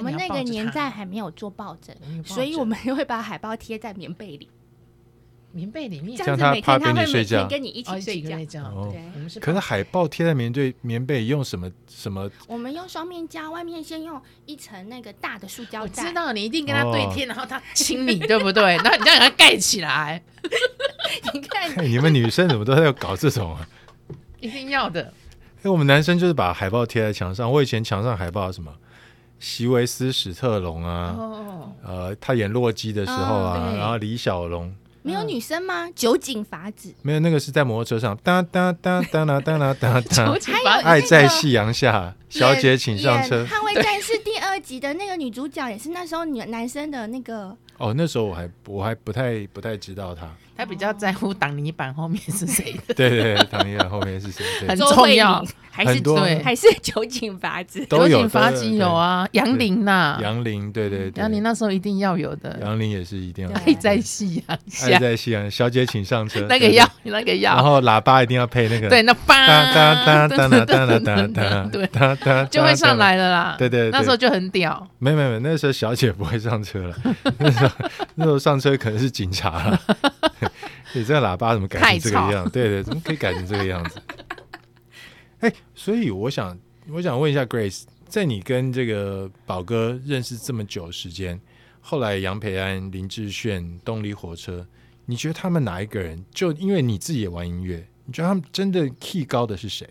[SPEAKER 3] 我
[SPEAKER 1] 你
[SPEAKER 3] 们
[SPEAKER 1] 要
[SPEAKER 3] 那
[SPEAKER 1] 抱
[SPEAKER 3] 个
[SPEAKER 1] 着
[SPEAKER 3] 年
[SPEAKER 1] 它
[SPEAKER 3] 代还没有做抱枕，
[SPEAKER 1] 没有
[SPEAKER 2] 啊
[SPEAKER 1] 抱
[SPEAKER 3] 所以
[SPEAKER 1] 枕
[SPEAKER 3] 我们会把海报贴在棉被里，
[SPEAKER 1] 棉被里面
[SPEAKER 3] 这样
[SPEAKER 2] 样
[SPEAKER 3] 子
[SPEAKER 2] 他
[SPEAKER 3] 每
[SPEAKER 2] 怕
[SPEAKER 3] 天他
[SPEAKER 2] 跟
[SPEAKER 3] 会
[SPEAKER 2] 你睡
[SPEAKER 3] 每
[SPEAKER 2] 觉
[SPEAKER 3] 天跟你一
[SPEAKER 1] 哦
[SPEAKER 3] 起睡
[SPEAKER 1] 一起
[SPEAKER 3] 觉。
[SPEAKER 1] 睡觉。
[SPEAKER 2] 哦
[SPEAKER 1] 对，我们是
[SPEAKER 2] 可是海报贴在棉对棉被用什么什么？
[SPEAKER 3] 我们用双面胶，外面先用一层那个大的塑胶
[SPEAKER 1] 我知
[SPEAKER 3] 袋，
[SPEAKER 1] 道你一定跟他对
[SPEAKER 2] 哦
[SPEAKER 1] 贴，然后他亲你，对 不对？然后你这样给他盖起来，
[SPEAKER 3] 你 看
[SPEAKER 2] 看哎你们女生怎么都在搞这种啊？
[SPEAKER 1] 一定要的。
[SPEAKER 2] 哎，我们男生就是把海报贴在墙上。我以前墙上海报有什么？席维斯·史特龙啊，
[SPEAKER 1] 哦，
[SPEAKER 2] 呃，他演洛基的时候啊
[SPEAKER 3] 哦，对
[SPEAKER 2] 然后李小龙，
[SPEAKER 3] 没有女生吗？酒井法子，
[SPEAKER 2] 没有那个是在摩托车上，哒哒哒哒啦哒啦 哒哒
[SPEAKER 1] 求。请
[SPEAKER 3] 还有
[SPEAKER 1] 把
[SPEAKER 2] 爱
[SPEAKER 3] 那
[SPEAKER 2] 在
[SPEAKER 3] 个
[SPEAKER 2] 夕阳下，小姐请上车
[SPEAKER 3] 演。捍卫战士第二集的那个女主角也是那时候女男生的那个，
[SPEAKER 2] 哦，那时候我还我还不太不太知道 他。
[SPEAKER 1] 他比较在乎挡泥板后面是谁的，
[SPEAKER 2] 对对对，唐一然后面是谁？对
[SPEAKER 1] 很
[SPEAKER 3] 周
[SPEAKER 1] 重
[SPEAKER 3] 慧
[SPEAKER 1] 要
[SPEAKER 3] 敏，还是
[SPEAKER 2] 很多
[SPEAKER 1] 对
[SPEAKER 3] 还是酒井法子。
[SPEAKER 2] 都有
[SPEAKER 1] 酒井法子有。啊，杨林
[SPEAKER 2] 对
[SPEAKER 1] 呐，
[SPEAKER 2] 杨林，对对对，
[SPEAKER 1] 杨林那时候一定要有的，
[SPEAKER 2] 杨林也是一定要
[SPEAKER 3] 对
[SPEAKER 1] 爱在夕阳
[SPEAKER 2] 爱
[SPEAKER 1] 下，
[SPEAKER 2] 哎在夕阳，小姐请上车。
[SPEAKER 1] 那
[SPEAKER 2] 对
[SPEAKER 1] 个
[SPEAKER 2] 对
[SPEAKER 1] 要，那个要
[SPEAKER 2] 然，后喇叭一定要配那个
[SPEAKER 1] 对，那叭
[SPEAKER 2] 哒哒哒哒哒哒哒哒哒
[SPEAKER 1] 对，
[SPEAKER 2] 哒哒，
[SPEAKER 1] 就会上。来了啦。
[SPEAKER 2] 对对对
[SPEAKER 1] 那时候就很屌，
[SPEAKER 2] 没没没，那时候小姐不会上车了， 那时候那时候上车可能是警察了。你这个喇叭怎么改成这个
[SPEAKER 1] 太吵
[SPEAKER 2] 样？对对，怎么可以改成这个样子？哎，所以我想，我想问一下 Grace，在你跟这个宝哥认识这么久时间，后来杨培安、林志炫、动力火车，你觉得他们哪一个人？就因为你自己也玩音乐，你觉得他们真的 key 高的是谁？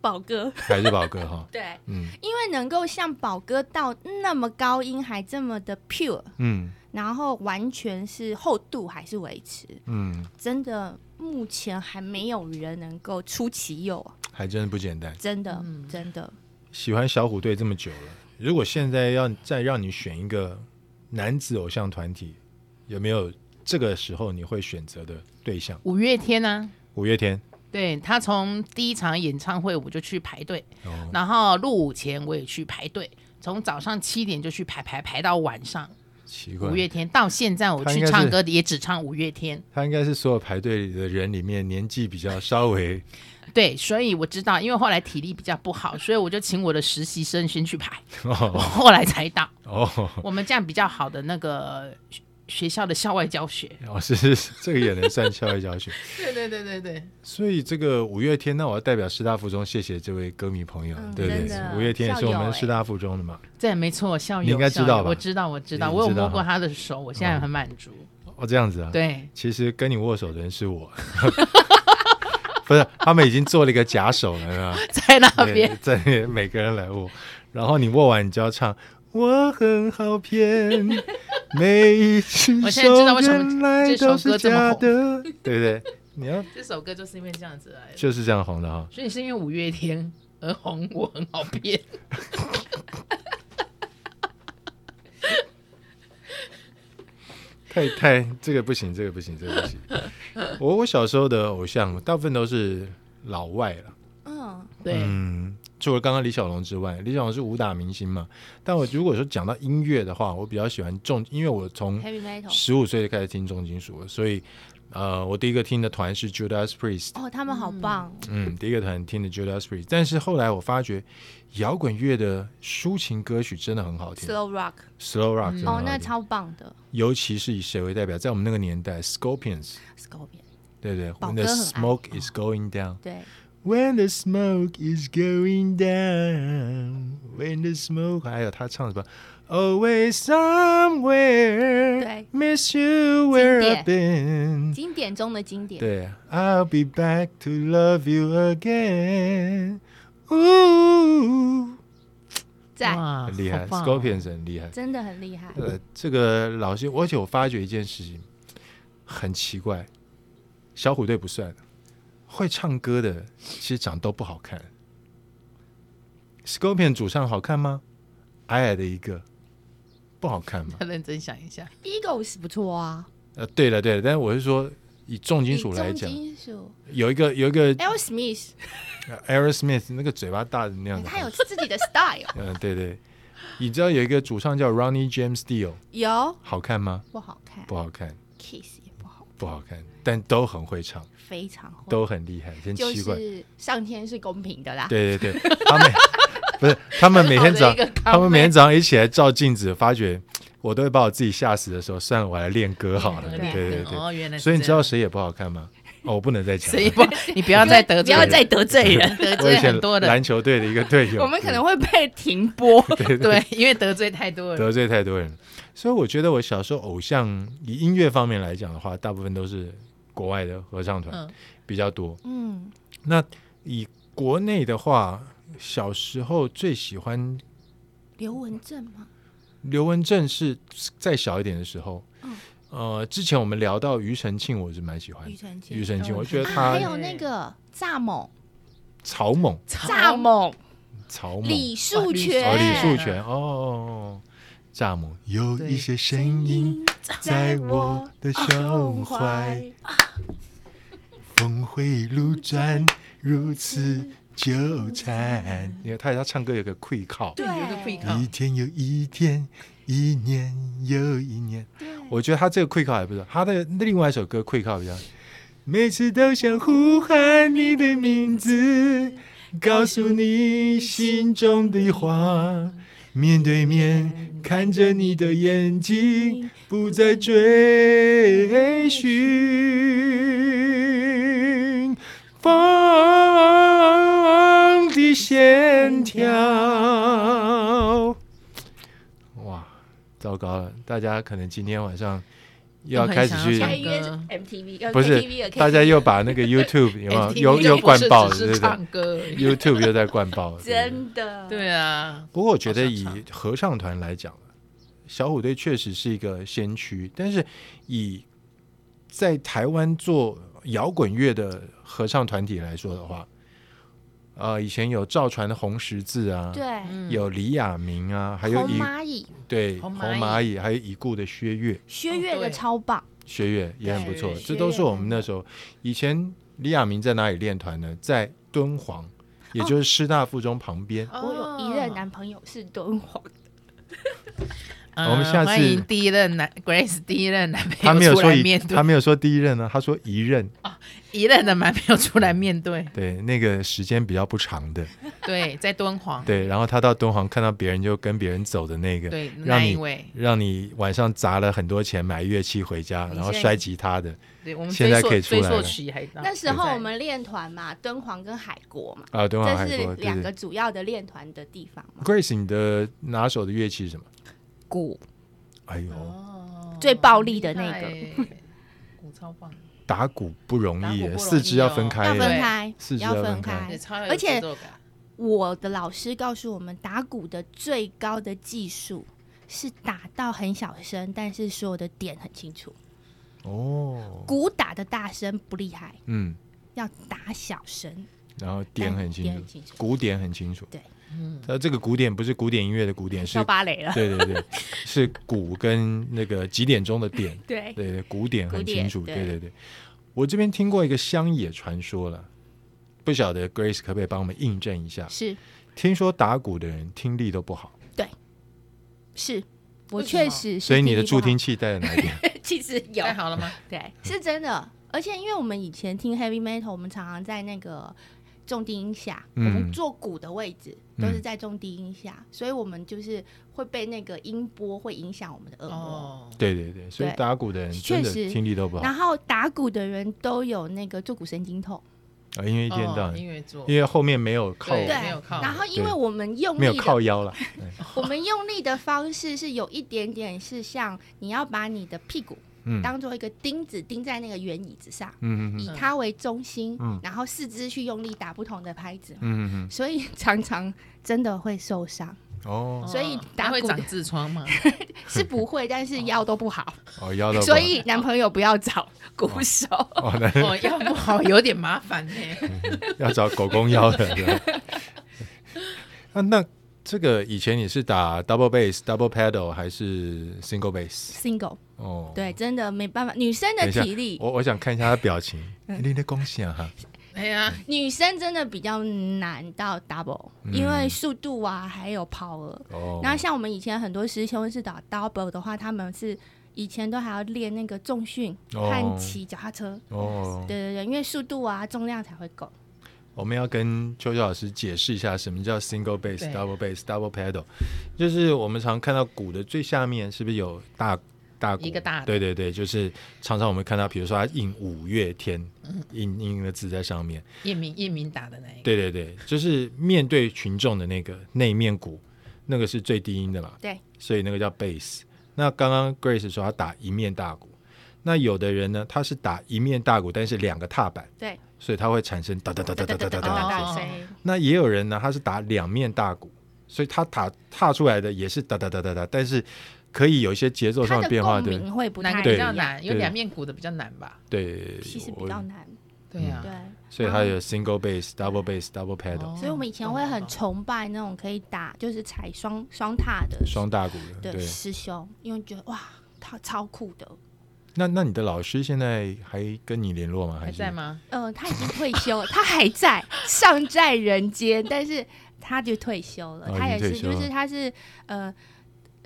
[SPEAKER 3] 宝哥，？
[SPEAKER 2] 还是宝哥哈
[SPEAKER 3] 对，
[SPEAKER 2] 嗯
[SPEAKER 3] 因为能够像宝哥到那么高音还这么的 pure，
[SPEAKER 2] 嗯
[SPEAKER 3] 然后完全是厚度还是维持，
[SPEAKER 2] 嗯，
[SPEAKER 3] 真的目前还没有人能够出其右，
[SPEAKER 2] 还真不简单。
[SPEAKER 3] 真的、
[SPEAKER 1] 嗯
[SPEAKER 3] 真的。
[SPEAKER 2] 喜欢小虎队这么久了，如果现在要再让你选一个男子偶像团体，有没有这个时候你会选择的对象？
[SPEAKER 1] 五月天啊，
[SPEAKER 2] 五月天
[SPEAKER 1] 对他从第一场演唱会我就去排队，
[SPEAKER 2] 哦，
[SPEAKER 1] 然后入伍前我也去排队，从早上七点就去排排排到晚上。
[SPEAKER 2] 奇怪
[SPEAKER 1] 五，月天到现在我
[SPEAKER 2] 他应
[SPEAKER 1] 去
[SPEAKER 2] 该是
[SPEAKER 1] 唱歌也只唱五月天，
[SPEAKER 2] 他应该是所有排队的人里面年纪比较稍微
[SPEAKER 1] 对，所以我知道，因为后来体力比较不好，所以我就请我的实习生先去排，我
[SPEAKER 2] 哦
[SPEAKER 1] 后来才到。
[SPEAKER 2] 哦
[SPEAKER 1] 我们这样比较好的那个学学校的校外教学。
[SPEAKER 2] 哦，是是是，这个也能算校外教 学。
[SPEAKER 1] 对对对对对。
[SPEAKER 2] 所以这个五月天，那我要代表师大附中谢谢这位歌迷朋友，
[SPEAKER 3] 嗯
[SPEAKER 2] 对不
[SPEAKER 3] 真
[SPEAKER 2] 对？
[SPEAKER 3] 的
[SPEAKER 2] 五月天也是
[SPEAKER 3] 校
[SPEAKER 2] 我
[SPEAKER 3] 友
[SPEAKER 2] 们
[SPEAKER 3] 哎
[SPEAKER 2] 师大附中的嘛。
[SPEAKER 1] 这没错，校友
[SPEAKER 2] 你应该知道吧
[SPEAKER 1] 校友我知道，我知道，
[SPEAKER 2] 你
[SPEAKER 1] 我有
[SPEAKER 2] 知道
[SPEAKER 1] 摸过他的手，我现在很满足。
[SPEAKER 2] 哦，这样子啊。
[SPEAKER 1] 对，
[SPEAKER 2] 其实跟你握手的人是我， 不是他们已经做了一个假手了啊，
[SPEAKER 1] 在那边
[SPEAKER 2] 对， 在那边每个人来握，然后你握完你就要唱。我很好骗，每一只
[SPEAKER 1] 我现在
[SPEAKER 2] 手
[SPEAKER 1] 知道为什么
[SPEAKER 2] 原
[SPEAKER 1] 这
[SPEAKER 2] 来
[SPEAKER 1] 首
[SPEAKER 2] 都
[SPEAKER 1] 歌
[SPEAKER 2] 是
[SPEAKER 1] 这
[SPEAKER 2] 假
[SPEAKER 1] 么
[SPEAKER 2] 的，对不对？你要
[SPEAKER 1] 这首歌就是因为这样子来的，
[SPEAKER 2] 就是这样红的哈。
[SPEAKER 1] 所以是因为五月天而红，我很好骗。
[SPEAKER 2] 太太，这个不行，这个不行，这个不行。我我小时候的偶像大部分都是老外了，
[SPEAKER 3] 嗯，
[SPEAKER 1] 对，
[SPEAKER 2] 嗯，除了刚刚李小龙之外，李小龙是武打明星嘛，但我如果说讲到音乐的话，我比较喜欢重，因为我从
[SPEAKER 3] 嗯 heavy metal。
[SPEAKER 2] 十五岁就开始听重金属了，所以呃，我第一个听的团是 Judas Priest，
[SPEAKER 3] 哦，他们好棒！
[SPEAKER 2] 嗯，第一个团听的 Judas Priest，但是后来我发觉摇滚乐的抒情歌曲真的很好听
[SPEAKER 3] Slow Rock，
[SPEAKER 2] ，Slow Rock，真的
[SPEAKER 3] 哦
[SPEAKER 2] 很，
[SPEAKER 3] 那
[SPEAKER 2] 好听
[SPEAKER 3] 超棒的
[SPEAKER 2] 尤其是以谁为代表，在我们那个年代，Scorpions，
[SPEAKER 3] Scorpion，
[SPEAKER 2] 对不对
[SPEAKER 3] 宝
[SPEAKER 2] ，When
[SPEAKER 3] 哥
[SPEAKER 2] the
[SPEAKER 3] 很爱
[SPEAKER 2] smoke is going down。
[SPEAKER 3] 对，
[SPEAKER 2] When the smoke is going down, when the smoke，还有他唱什么？Always somewhere,
[SPEAKER 3] 对
[SPEAKER 2] miss you where
[SPEAKER 3] 经
[SPEAKER 2] I've been。
[SPEAKER 3] 经典中的经典。
[SPEAKER 2] 对，I'll be back to love you again。呜，
[SPEAKER 3] 在，
[SPEAKER 1] 哇
[SPEAKER 2] 很厉害
[SPEAKER 1] 好棒哦
[SPEAKER 2] ，Scorpions 很厉害。
[SPEAKER 3] 真的很厉害。
[SPEAKER 2] 呃，这个老师，而且我发觉一件事情很奇怪，小虎队不算，会唱歌的其实长都不好看。Scorpion 主唱好看吗？矮矮的一个，不好看吗？
[SPEAKER 1] 要认真想一下，
[SPEAKER 3] Eagles 不错啊，
[SPEAKER 2] 呃，对了对了，但是我是说，以重金属来
[SPEAKER 3] 以重
[SPEAKER 2] 讲，嗯
[SPEAKER 3] 金属
[SPEAKER 2] 有一个有一个
[SPEAKER 3] L. Smith，
[SPEAKER 2] Aerosmith 那个嘴巴大的那样子，
[SPEAKER 3] 哎他有自己的 style，
[SPEAKER 2] 嗯，对对，你知道有一个主唱叫 Ronnie James Dio，
[SPEAKER 3] 有
[SPEAKER 2] 好看吗？
[SPEAKER 3] 不好看
[SPEAKER 2] 不好看，
[SPEAKER 3] ，Kiss 也不好，
[SPEAKER 2] 不好看，但都很会唱，
[SPEAKER 3] 非常会，
[SPEAKER 2] 都很厉害，真
[SPEAKER 3] 就
[SPEAKER 2] 奇怪。
[SPEAKER 3] 是啊上天是公平的啦。
[SPEAKER 2] 对对对，他们不是他们每天早
[SPEAKER 1] 很好的一个，
[SPEAKER 2] 他们每天早上一起来照镜子，发觉我都会把我自己吓死的时候，算了，我来练歌好了。对
[SPEAKER 3] 练歌
[SPEAKER 2] 对对，
[SPEAKER 1] 哦，原来是
[SPEAKER 2] 所以你知道
[SPEAKER 1] 这样
[SPEAKER 2] 谁也不好看吗？哦，我不能再讲
[SPEAKER 1] 谁
[SPEAKER 2] 了。
[SPEAKER 1] 不，你不要再得
[SPEAKER 3] 不
[SPEAKER 1] 罪
[SPEAKER 3] 要
[SPEAKER 1] 人，
[SPEAKER 3] 再得罪人，
[SPEAKER 1] 得
[SPEAKER 2] 我
[SPEAKER 1] 罪
[SPEAKER 2] 以前
[SPEAKER 1] 很多人
[SPEAKER 2] 篮，球队的一个队友，
[SPEAKER 3] 我们可能会被停播。
[SPEAKER 1] 对，因为得罪太多人。
[SPEAKER 2] 得罪太多人，所以我觉得我小时候偶像以音乐方面来讲的话，大部分都是国外的合唱团、
[SPEAKER 1] 嗯
[SPEAKER 2] 比较多。
[SPEAKER 3] 嗯，
[SPEAKER 2] 那以国内的话，小时候最喜欢
[SPEAKER 3] 刘文正吗？
[SPEAKER 2] 刘文正是再小一点的时候。
[SPEAKER 3] 嗯
[SPEAKER 2] 呃，之前我们聊到庾澄庆，我是蛮喜欢
[SPEAKER 3] 庾澄庆
[SPEAKER 2] 庾澄庆，
[SPEAKER 1] 嗯
[SPEAKER 2] 我觉得
[SPEAKER 3] 啊，
[SPEAKER 2] 他
[SPEAKER 3] 还有那个蚱蜢，
[SPEAKER 2] 草蜢，
[SPEAKER 3] 蚱蜢，
[SPEAKER 2] 草蜢，
[SPEAKER 3] 李树
[SPEAKER 2] 哦，
[SPEAKER 1] 哇
[SPEAKER 2] 李
[SPEAKER 3] 全，
[SPEAKER 2] 树全，哦哦哦，哦蚱蜢，有
[SPEAKER 1] 对
[SPEAKER 2] 一些声音在我的胸怀。峰回路转，如此纠缠。因为他他唱歌有个溃靠，
[SPEAKER 1] 对，有一个会考，
[SPEAKER 2] 一天又一天，一年又一年。
[SPEAKER 3] 对，
[SPEAKER 2] 我觉得他这个溃靠还不错，他的另外一首歌溃靠比较。每次都想呼喊你的名字，告诉你心中的话。面对面看着你的眼睛，不再追寻。风的线条。哇，糟糕了！大家可能今天晚上又要开始
[SPEAKER 1] 又很
[SPEAKER 2] 去
[SPEAKER 3] 现
[SPEAKER 1] 想
[SPEAKER 3] 在
[SPEAKER 1] 要
[SPEAKER 3] 约
[SPEAKER 1] 唱歌
[SPEAKER 3] MTV，呃
[SPEAKER 2] 不是
[SPEAKER 3] KTV 了，KTV
[SPEAKER 2] 大家又把那个 YouTube 有没有
[SPEAKER 1] MTV
[SPEAKER 2] 又
[SPEAKER 1] 就
[SPEAKER 2] 又
[SPEAKER 1] 不
[SPEAKER 2] 灌
[SPEAKER 1] 是
[SPEAKER 2] 爆了，
[SPEAKER 1] 只
[SPEAKER 2] 对
[SPEAKER 1] 是
[SPEAKER 2] 不对
[SPEAKER 1] 唱歌而已。
[SPEAKER 2] ？YouTube 又在灌爆了，对不对
[SPEAKER 3] 真的，
[SPEAKER 1] 对啊，
[SPEAKER 2] 不过我觉得以
[SPEAKER 1] 好像
[SPEAKER 2] 合唱团来讲，小虎队确实是一个先驱，但是以在台湾做摇滚乐的合唱团体来说的话，呃，以前有赵传的红十字啊，
[SPEAKER 3] 对，
[SPEAKER 1] 嗯，
[SPEAKER 2] 有李亚明啊，还有
[SPEAKER 3] 红
[SPEAKER 2] 已
[SPEAKER 3] 蚂蚁，
[SPEAKER 2] 对
[SPEAKER 1] 红
[SPEAKER 2] 红
[SPEAKER 1] 蚂蚁
[SPEAKER 2] 蚂蚁，还有已故的薛岳，
[SPEAKER 3] 薛岳
[SPEAKER 1] 哦对
[SPEAKER 3] 的超棒，
[SPEAKER 2] 学乐也很不错，
[SPEAKER 1] 对
[SPEAKER 2] 这都是我们那时候以前李亚明在哪里练团呢？在敦煌，
[SPEAKER 1] 哦
[SPEAKER 2] 也就是师大附中旁边。
[SPEAKER 3] 我有一任男朋友是敦煌，
[SPEAKER 1] 呃，
[SPEAKER 2] 我们下次
[SPEAKER 1] 欢迎第一任男 Grace 第一任男
[SPEAKER 2] 他
[SPEAKER 1] 朋
[SPEAKER 2] 没
[SPEAKER 1] 友
[SPEAKER 2] 有
[SPEAKER 1] 出
[SPEAKER 2] 说
[SPEAKER 1] 来
[SPEAKER 2] 一，
[SPEAKER 1] 面
[SPEAKER 2] 他
[SPEAKER 1] 对，
[SPEAKER 2] 没有说第一任呢，他说一任。
[SPEAKER 1] 一任的男朋友出来面对，
[SPEAKER 2] 对，那个时间比较不长的。
[SPEAKER 1] 对，在敦煌，
[SPEAKER 2] 对，然后他到敦煌看到别人就跟别人走的那个，
[SPEAKER 1] 对，
[SPEAKER 2] 让
[SPEAKER 1] 那一
[SPEAKER 2] 你
[SPEAKER 1] 位，
[SPEAKER 2] 让你晚上砸了很多钱买乐器回家，
[SPEAKER 1] 你
[SPEAKER 2] 然后
[SPEAKER 1] 现在
[SPEAKER 2] 摔吉他的
[SPEAKER 1] 对我们
[SPEAKER 2] 现
[SPEAKER 1] 追
[SPEAKER 2] 在
[SPEAKER 1] 溯
[SPEAKER 2] 可以出
[SPEAKER 1] 追
[SPEAKER 2] 来
[SPEAKER 1] 溯
[SPEAKER 2] 了
[SPEAKER 1] 期还到
[SPEAKER 3] 那时
[SPEAKER 1] 现
[SPEAKER 3] 候
[SPEAKER 1] 在
[SPEAKER 3] 我们练团嘛，敦煌跟海国嘛，
[SPEAKER 2] 啊，敦煌
[SPEAKER 3] 这
[SPEAKER 2] 还
[SPEAKER 3] 是
[SPEAKER 2] 说对
[SPEAKER 3] 两
[SPEAKER 2] 对
[SPEAKER 3] 个。主要的练团的地方嘛。
[SPEAKER 2] Grace，你的拿手的乐器是什么？
[SPEAKER 3] 鼓
[SPEAKER 2] 哎呦，
[SPEAKER 1] 哦
[SPEAKER 3] 最暴力的 那个
[SPEAKER 1] 很厉害欸，鼓超棒，
[SPEAKER 2] 打鼓不容
[SPEAKER 1] 打鼓
[SPEAKER 2] 易
[SPEAKER 1] 不
[SPEAKER 2] 耶，
[SPEAKER 1] 容
[SPEAKER 2] 四肢
[SPEAKER 1] 易
[SPEAKER 2] 要
[SPEAKER 1] 哦
[SPEAKER 2] 分开
[SPEAKER 3] 要
[SPEAKER 2] 耶，
[SPEAKER 3] 分开
[SPEAKER 2] 四，肢
[SPEAKER 3] 要
[SPEAKER 2] 要分
[SPEAKER 3] 分
[SPEAKER 2] 开
[SPEAKER 1] 对，
[SPEAKER 3] 开。
[SPEAKER 1] 超有
[SPEAKER 3] 而且
[SPEAKER 1] 节奏感
[SPEAKER 3] 我的老师告诉我们，打鼓的最高的技术是打到很小声，但是所有的点很清楚。
[SPEAKER 2] 哦，
[SPEAKER 3] 鼓打的大声不厉害，
[SPEAKER 2] 嗯，
[SPEAKER 3] 要打小声，哎
[SPEAKER 2] 然后点很
[SPEAKER 3] 点
[SPEAKER 2] 清
[SPEAKER 3] 很
[SPEAKER 2] 楚，
[SPEAKER 3] 清楚。
[SPEAKER 2] 鼓点很清楚。
[SPEAKER 3] 对，
[SPEAKER 1] 嗯，
[SPEAKER 2] 呃，这个鼓点不是古典音乐的鼓点，是
[SPEAKER 3] 跳芭蕾了，
[SPEAKER 2] 对对对，是鼓跟那个几点钟的点，
[SPEAKER 3] 对，
[SPEAKER 2] 对对，鼓点很
[SPEAKER 3] 鼓
[SPEAKER 2] 清
[SPEAKER 3] 点
[SPEAKER 2] 楚。对
[SPEAKER 3] 对
[SPEAKER 2] 对对，我这边听过一个乡野传说了，不晓得 Grace 可不可以帮我们印证一下？
[SPEAKER 3] 是
[SPEAKER 2] 听说打鼓的人听力都不好，
[SPEAKER 3] 是，我
[SPEAKER 1] 为什么
[SPEAKER 3] 确实是。
[SPEAKER 2] 所以你的 助听器戴在哪边？
[SPEAKER 3] 其实有
[SPEAKER 1] 太好了吗？
[SPEAKER 3] 对，是真的。而且因为我们以前听 heavy metal，我们常常在那个重低音下，
[SPEAKER 2] 嗯
[SPEAKER 3] 我们做鼓的位置
[SPEAKER 2] 嗯
[SPEAKER 3] 都是在重低音下，所以我们就是会被那个音波会影响我们的耳膜。
[SPEAKER 1] 哦，
[SPEAKER 2] 对对对，所以
[SPEAKER 3] 对
[SPEAKER 2] 打鼓的人真的
[SPEAKER 3] 确实
[SPEAKER 2] 听力都不好
[SPEAKER 3] 然，后打鼓的人都有那个坐骨神经痛，
[SPEAKER 2] 啊因为一天到
[SPEAKER 1] 哦
[SPEAKER 2] 晚，
[SPEAKER 1] 音乐做，
[SPEAKER 2] 因为后面没有靠
[SPEAKER 1] 对
[SPEAKER 3] 对
[SPEAKER 1] 没有靠，
[SPEAKER 3] 然后因为
[SPEAKER 2] 对
[SPEAKER 3] 我们用
[SPEAKER 2] 没有
[SPEAKER 3] 力的，
[SPEAKER 2] 靠腰了，
[SPEAKER 3] 我们用力的方式是有一点点是像你要把你的屁股
[SPEAKER 2] 嗯嗯
[SPEAKER 3] 当做一个钉子钉在那个圆椅子上，
[SPEAKER 2] 嗯嗯
[SPEAKER 3] 以它为中心，
[SPEAKER 2] 嗯
[SPEAKER 3] 然后四肢去用力打不同的拍子。
[SPEAKER 2] 嗯嗯
[SPEAKER 3] 所以常常真的会受伤，
[SPEAKER 2] 嗯，哦
[SPEAKER 1] 哦
[SPEAKER 3] 所以打
[SPEAKER 1] 它会
[SPEAKER 3] 鼓
[SPEAKER 1] 长痔疮 嘛，
[SPEAKER 3] 是不会，但是腰都不好，
[SPEAKER 2] 哦 腰都不好
[SPEAKER 3] 所以男朋友不要找鼓手。
[SPEAKER 2] 哦那
[SPEAKER 1] 哦，要不好有点麻烦呢。
[SPEAKER 2] 要找狗公腰的。 对啊，那这个以前你是打 double bass、double pedal 还是 single bass？
[SPEAKER 3] single
[SPEAKER 2] 哦，，
[SPEAKER 3] 对，真的没办法，女生的体力，嗯
[SPEAKER 2] 我我想看一下他的表情，你的恭喜啊哈，
[SPEAKER 1] 哎呀，
[SPEAKER 3] 女生真的比较难到 double，、
[SPEAKER 2] 嗯
[SPEAKER 3] 因为速度啊，还有 power。
[SPEAKER 2] 哦，
[SPEAKER 3] 然后像我们以前很多师兄是打 double 的话，他们是以前都还要练那个重训
[SPEAKER 2] 哦
[SPEAKER 3] 和骑脚踏车。
[SPEAKER 2] 哦，
[SPEAKER 3] 对对对，因为速度啊，重量才会够。
[SPEAKER 2] 我们要跟秋秋老师解释一下什么叫 single bass、
[SPEAKER 1] 对
[SPEAKER 2] double bass、double pedal，就是我们常看到鼓的最下面是不是有大大鼓？
[SPEAKER 1] 一个大的
[SPEAKER 2] 对对对，就是常常我们看到，比如说他印五月天，
[SPEAKER 1] 嗯
[SPEAKER 2] 印印的字在上面。
[SPEAKER 1] 叶明叶明打的那一个，
[SPEAKER 2] 对对对，就是面对群众的那个那一面鼓，那个是最低音的嘛，
[SPEAKER 3] 对，
[SPEAKER 2] 所以那个叫 bass。那刚刚 Grace 说他打一面大鼓，那有的人呢，他是打一面大鼓，但是两个踏板，
[SPEAKER 3] 对，
[SPEAKER 2] 所以它会产生哒哒哒哒哒哒哒哒
[SPEAKER 1] 哒
[SPEAKER 2] 哒。
[SPEAKER 1] 哒
[SPEAKER 3] 声音
[SPEAKER 2] 那也有人呢，他是打两面大鼓，所以他踏踏出来的也是哒哒哒哒哒，但是可以有一些节奏上
[SPEAKER 3] 它的
[SPEAKER 2] 变化
[SPEAKER 3] 共
[SPEAKER 2] 的。
[SPEAKER 3] 鸣会不
[SPEAKER 1] 哪
[SPEAKER 3] 太
[SPEAKER 1] 个
[SPEAKER 2] 对
[SPEAKER 1] 比
[SPEAKER 3] 一
[SPEAKER 1] 较
[SPEAKER 3] 样。
[SPEAKER 1] 难？有
[SPEAKER 2] 对
[SPEAKER 1] 两面鼓的比较难吧？
[SPEAKER 2] 对，
[SPEAKER 3] 其实比
[SPEAKER 2] 我
[SPEAKER 3] 较难，
[SPEAKER 1] 对啊
[SPEAKER 2] 嗯
[SPEAKER 1] 呀，
[SPEAKER 3] 对。啊
[SPEAKER 2] 所以他有 single bass、double bass、double pedal，、
[SPEAKER 1] 哦
[SPEAKER 3] 所以我们以前会很崇拜那种可以打，就是踩双双踏的
[SPEAKER 2] 双大鼓
[SPEAKER 3] 的
[SPEAKER 2] 的。对，
[SPEAKER 3] 师兄，因为觉得哇，他超酷的。
[SPEAKER 2] 那那你的老师现在还跟你联络吗？
[SPEAKER 1] 还
[SPEAKER 2] 是
[SPEAKER 1] 在？吗？
[SPEAKER 3] 呃，他已经退休，他还在尚在人间，但是他就退休了。
[SPEAKER 2] 哦
[SPEAKER 3] 他
[SPEAKER 2] 已
[SPEAKER 3] 也
[SPEAKER 2] 经
[SPEAKER 3] 是，
[SPEAKER 2] 退休了
[SPEAKER 3] 就是他是呃。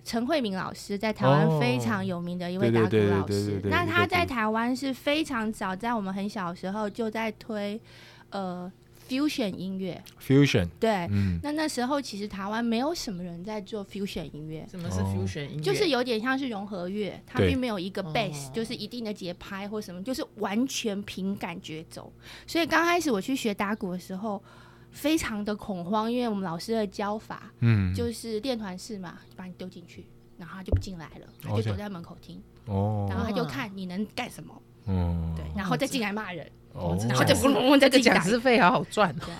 [SPEAKER 3] 陈慧敏老师在台湾
[SPEAKER 2] 哦
[SPEAKER 3] 非常有名的一位
[SPEAKER 2] 对
[SPEAKER 3] 打鼓
[SPEAKER 2] 对对
[SPEAKER 3] 老
[SPEAKER 2] 对对
[SPEAKER 3] 师
[SPEAKER 2] 对，对
[SPEAKER 3] 那
[SPEAKER 2] 一个
[SPEAKER 3] 他
[SPEAKER 2] 鼓
[SPEAKER 3] 在台湾是非常早，在我们很小的时候就在推呃 fusion 音乐，
[SPEAKER 2] Fusion，
[SPEAKER 3] 对，
[SPEAKER 2] 嗯，
[SPEAKER 3] 那那时候其实台湾没有什么人在做 fusion 音乐，
[SPEAKER 1] 什么是
[SPEAKER 2] 哦
[SPEAKER 1] fusion 音乐？
[SPEAKER 3] 就是有点像是融合乐，它
[SPEAKER 2] 对
[SPEAKER 3] 并没有一个 bass，
[SPEAKER 1] 哦
[SPEAKER 3] 就是一定的节拍或什么，就是完全凭感觉走。所以刚开始我去学打鼓的时候，非常的恐慌，因为我们老师的教法
[SPEAKER 2] 嗯，
[SPEAKER 3] 就是练团式嘛，把你丢进去。然后他就不进来了，他就
[SPEAKER 2] 这
[SPEAKER 3] 躲
[SPEAKER 2] 样
[SPEAKER 3] 在门口听，
[SPEAKER 2] 哦
[SPEAKER 3] 然，后他就
[SPEAKER 1] 哦
[SPEAKER 3] 看你能干什么，
[SPEAKER 2] 嗯，
[SPEAKER 3] 对，然后再进来骂人，
[SPEAKER 2] 哦
[SPEAKER 1] 这
[SPEAKER 3] 然后
[SPEAKER 1] 样
[SPEAKER 3] 再
[SPEAKER 1] 子
[SPEAKER 3] 嗡嗡嗡再
[SPEAKER 1] 这个
[SPEAKER 3] 进
[SPEAKER 1] 讲
[SPEAKER 3] 来。
[SPEAKER 1] 师费好好赚哦，
[SPEAKER 3] 啊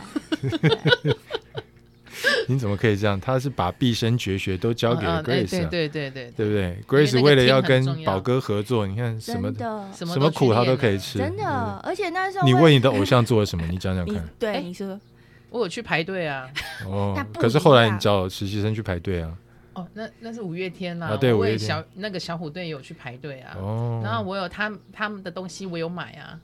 [SPEAKER 2] 你怎么可以这样？他是把毕生绝学都交给
[SPEAKER 1] 嗯
[SPEAKER 2] 了
[SPEAKER 1] 嗯对
[SPEAKER 2] Grace，
[SPEAKER 1] 对
[SPEAKER 2] 啊
[SPEAKER 1] 对对对，
[SPEAKER 2] 对不对
[SPEAKER 1] 为那
[SPEAKER 2] ？Grace
[SPEAKER 1] 个
[SPEAKER 2] 为了要
[SPEAKER 1] team 很重
[SPEAKER 2] 跟
[SPEAKER 1] 要
[SPEAKER 2] 宝哥合作，你看什么
[SPEAKER 3] 真的，
[SPEAKER 1] 什么
[SPEAKER 2] 什么苦他都
[SPEAKER 1] 都去
[SPEAKER 2] 可以
[SPEAKER 1] 练了。啊
[SPEAKER 2] 吃，嗯
[SPEAKER 3] 真的，而且那时候
[SPEAKER 2] 对不对。你
[SPEAKER 3] 会
[SPEAKER 2] 为你的偶像做了什么？你讲 讲
[SPEAKER 3] 你
[SPEAKER 2] 看。
[SPEAKER 3] 对
[SPEAKER 1] 哎
[SPEAKER 3] 你说，
[SPEAKER 1] 我有去排队啊，
[SPEAKER 2] 哦
[SPEAKER 3] 那，不
[SPEAKER 2] 可是
[SPEAKER 3] 一
[SPEAKER 2] 后来
[SPEAKER 3] 样
[SPEAKER 2] 你找实习生去排队啊。
[SPEAKER 1] 哦，那那是五月天啦，
[SPEAKER 2] 啊对
[SPEAKER 1] 我
[SPEAKER 2] 五月
[SPEAKER 1] 为
[SPEAKER 2] 天
[SPEAKER 1] 小那个小虎队有去排队啊，然后
[SPEAKER 2] 哦，
[SPEAKER 1] 我有他他们的东西我有买啊，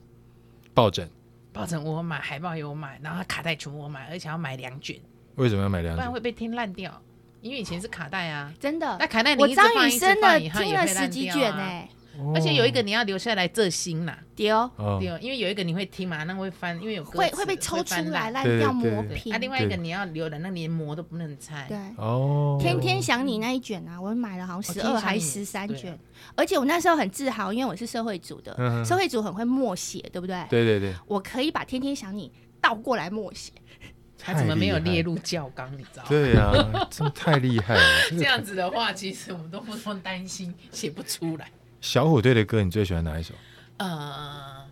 [SPEAKER 2] 抱枕
[SPEAKER 1] 抱枕我有买，海报也有买，然后卡带全部我买，而且要买两卷，
[SPEAKER 2] 为什么要买两
[SPEAKER 1] 不然
[SPEAKER 2] 种？
[SPEAKER 1] 会被听烂掉，因为以前是卡带啊，
[SPEAKER 3] 真的
[SPEAKER 1] 那，卡带你
[SPEAKER 3] 哦我
[SPEAKER 1] 一直
[SPEAKER 3] 张
[SPEAKER 1] 放
[SPEAKER 3] 雨
[SPEAKER 1] 一直
[SPEAKER 3] 生的
[SPEAKER 1] 放以后
[SPEAKER 3] 听
[SPEAKER 1] 也
[SPEAKER 3] 了
[SPEAKER 1] 会
[SPEAKER 3] 十
[SPEAKER 1] 烂
[SPEAKER 3] 几
[SPEAKER 1] 掉
[SPEAKER 3] 卷
[SPEAKER 1] 啊，
[SPEAKER 3] 哎、
[SPEAKER 2] 哦
[SPEAKER 1] 而且有一个你要留下来这心啦，
[SPEAKER 3] 丢
[SPEAKER 2] 哦
[SPEAKER 1] 对，哦，因为有一个你会听嘛，那个会翻，因为有歌
[SPEAKER 3] 会
[SPEAKER 1] 词
[SPEAKER 3] 会被抽出
[SPEAKER 1] 翻
[SPEAKER 3] 来
[SPEAKER 1] 烂
[SPEAKER 3] 烂
[SPEAKER 2] 对
[SPEAKER 3] 掉
[SPEAKER 2] 对
[SPEAKER 3] 磨
[SPEAKER 2] 对
[SPEAKER 1] 对，
[SPEAKER 3] 平。
[SPEAKER 1] 啊，另外一个
[SPEAKER 2] 对
[SPEAKER 1] 你要留的，那连膜都不能拆。
[SPEAKER 3] 对
[SPEAKER 2] 哦，
[SPEAKER 3] 天天想你那一卷啊，我买了好像
[SPEAKER 1] 哦
[SPEAKER 3] 十
[SPEAKER 1] 天
[SPEAKER 3] 二
[SPEAKER 1] 天想
[SPEAKER 3] 还
[SPEAKER 1] 你
[SPEAKER 3] 十三
[SPEAKER 1] 对啊
[SPEAKER 3] 卷，而且我那时候很自豪，因为我是社会组的，
[SPEAKER 2] 嗯嗯
[SPEAKER 3] 社会组很会默写，对不对？
[SPEAKER 2] 对对对，
[SPEAKER 3] 我可以把《天天想你》倒过来默写，
[SPEAKER 1] 他怎么没有
[SPEAKER 2] 太厉害
[SPEAKER 1] 列入教纲？你知道吗？
[SPEAKER 2] 对呀，真的太厉害了。
[SPEAKER 1] 这
[SPEAKER 2] 这个
[SPEAKER 1] 样子的话，其实我们都不用担心写不出来。
[SPEAKER 2] 小虎队的歌你最喜欢哪一首？
[SPEAKER 1] 呃，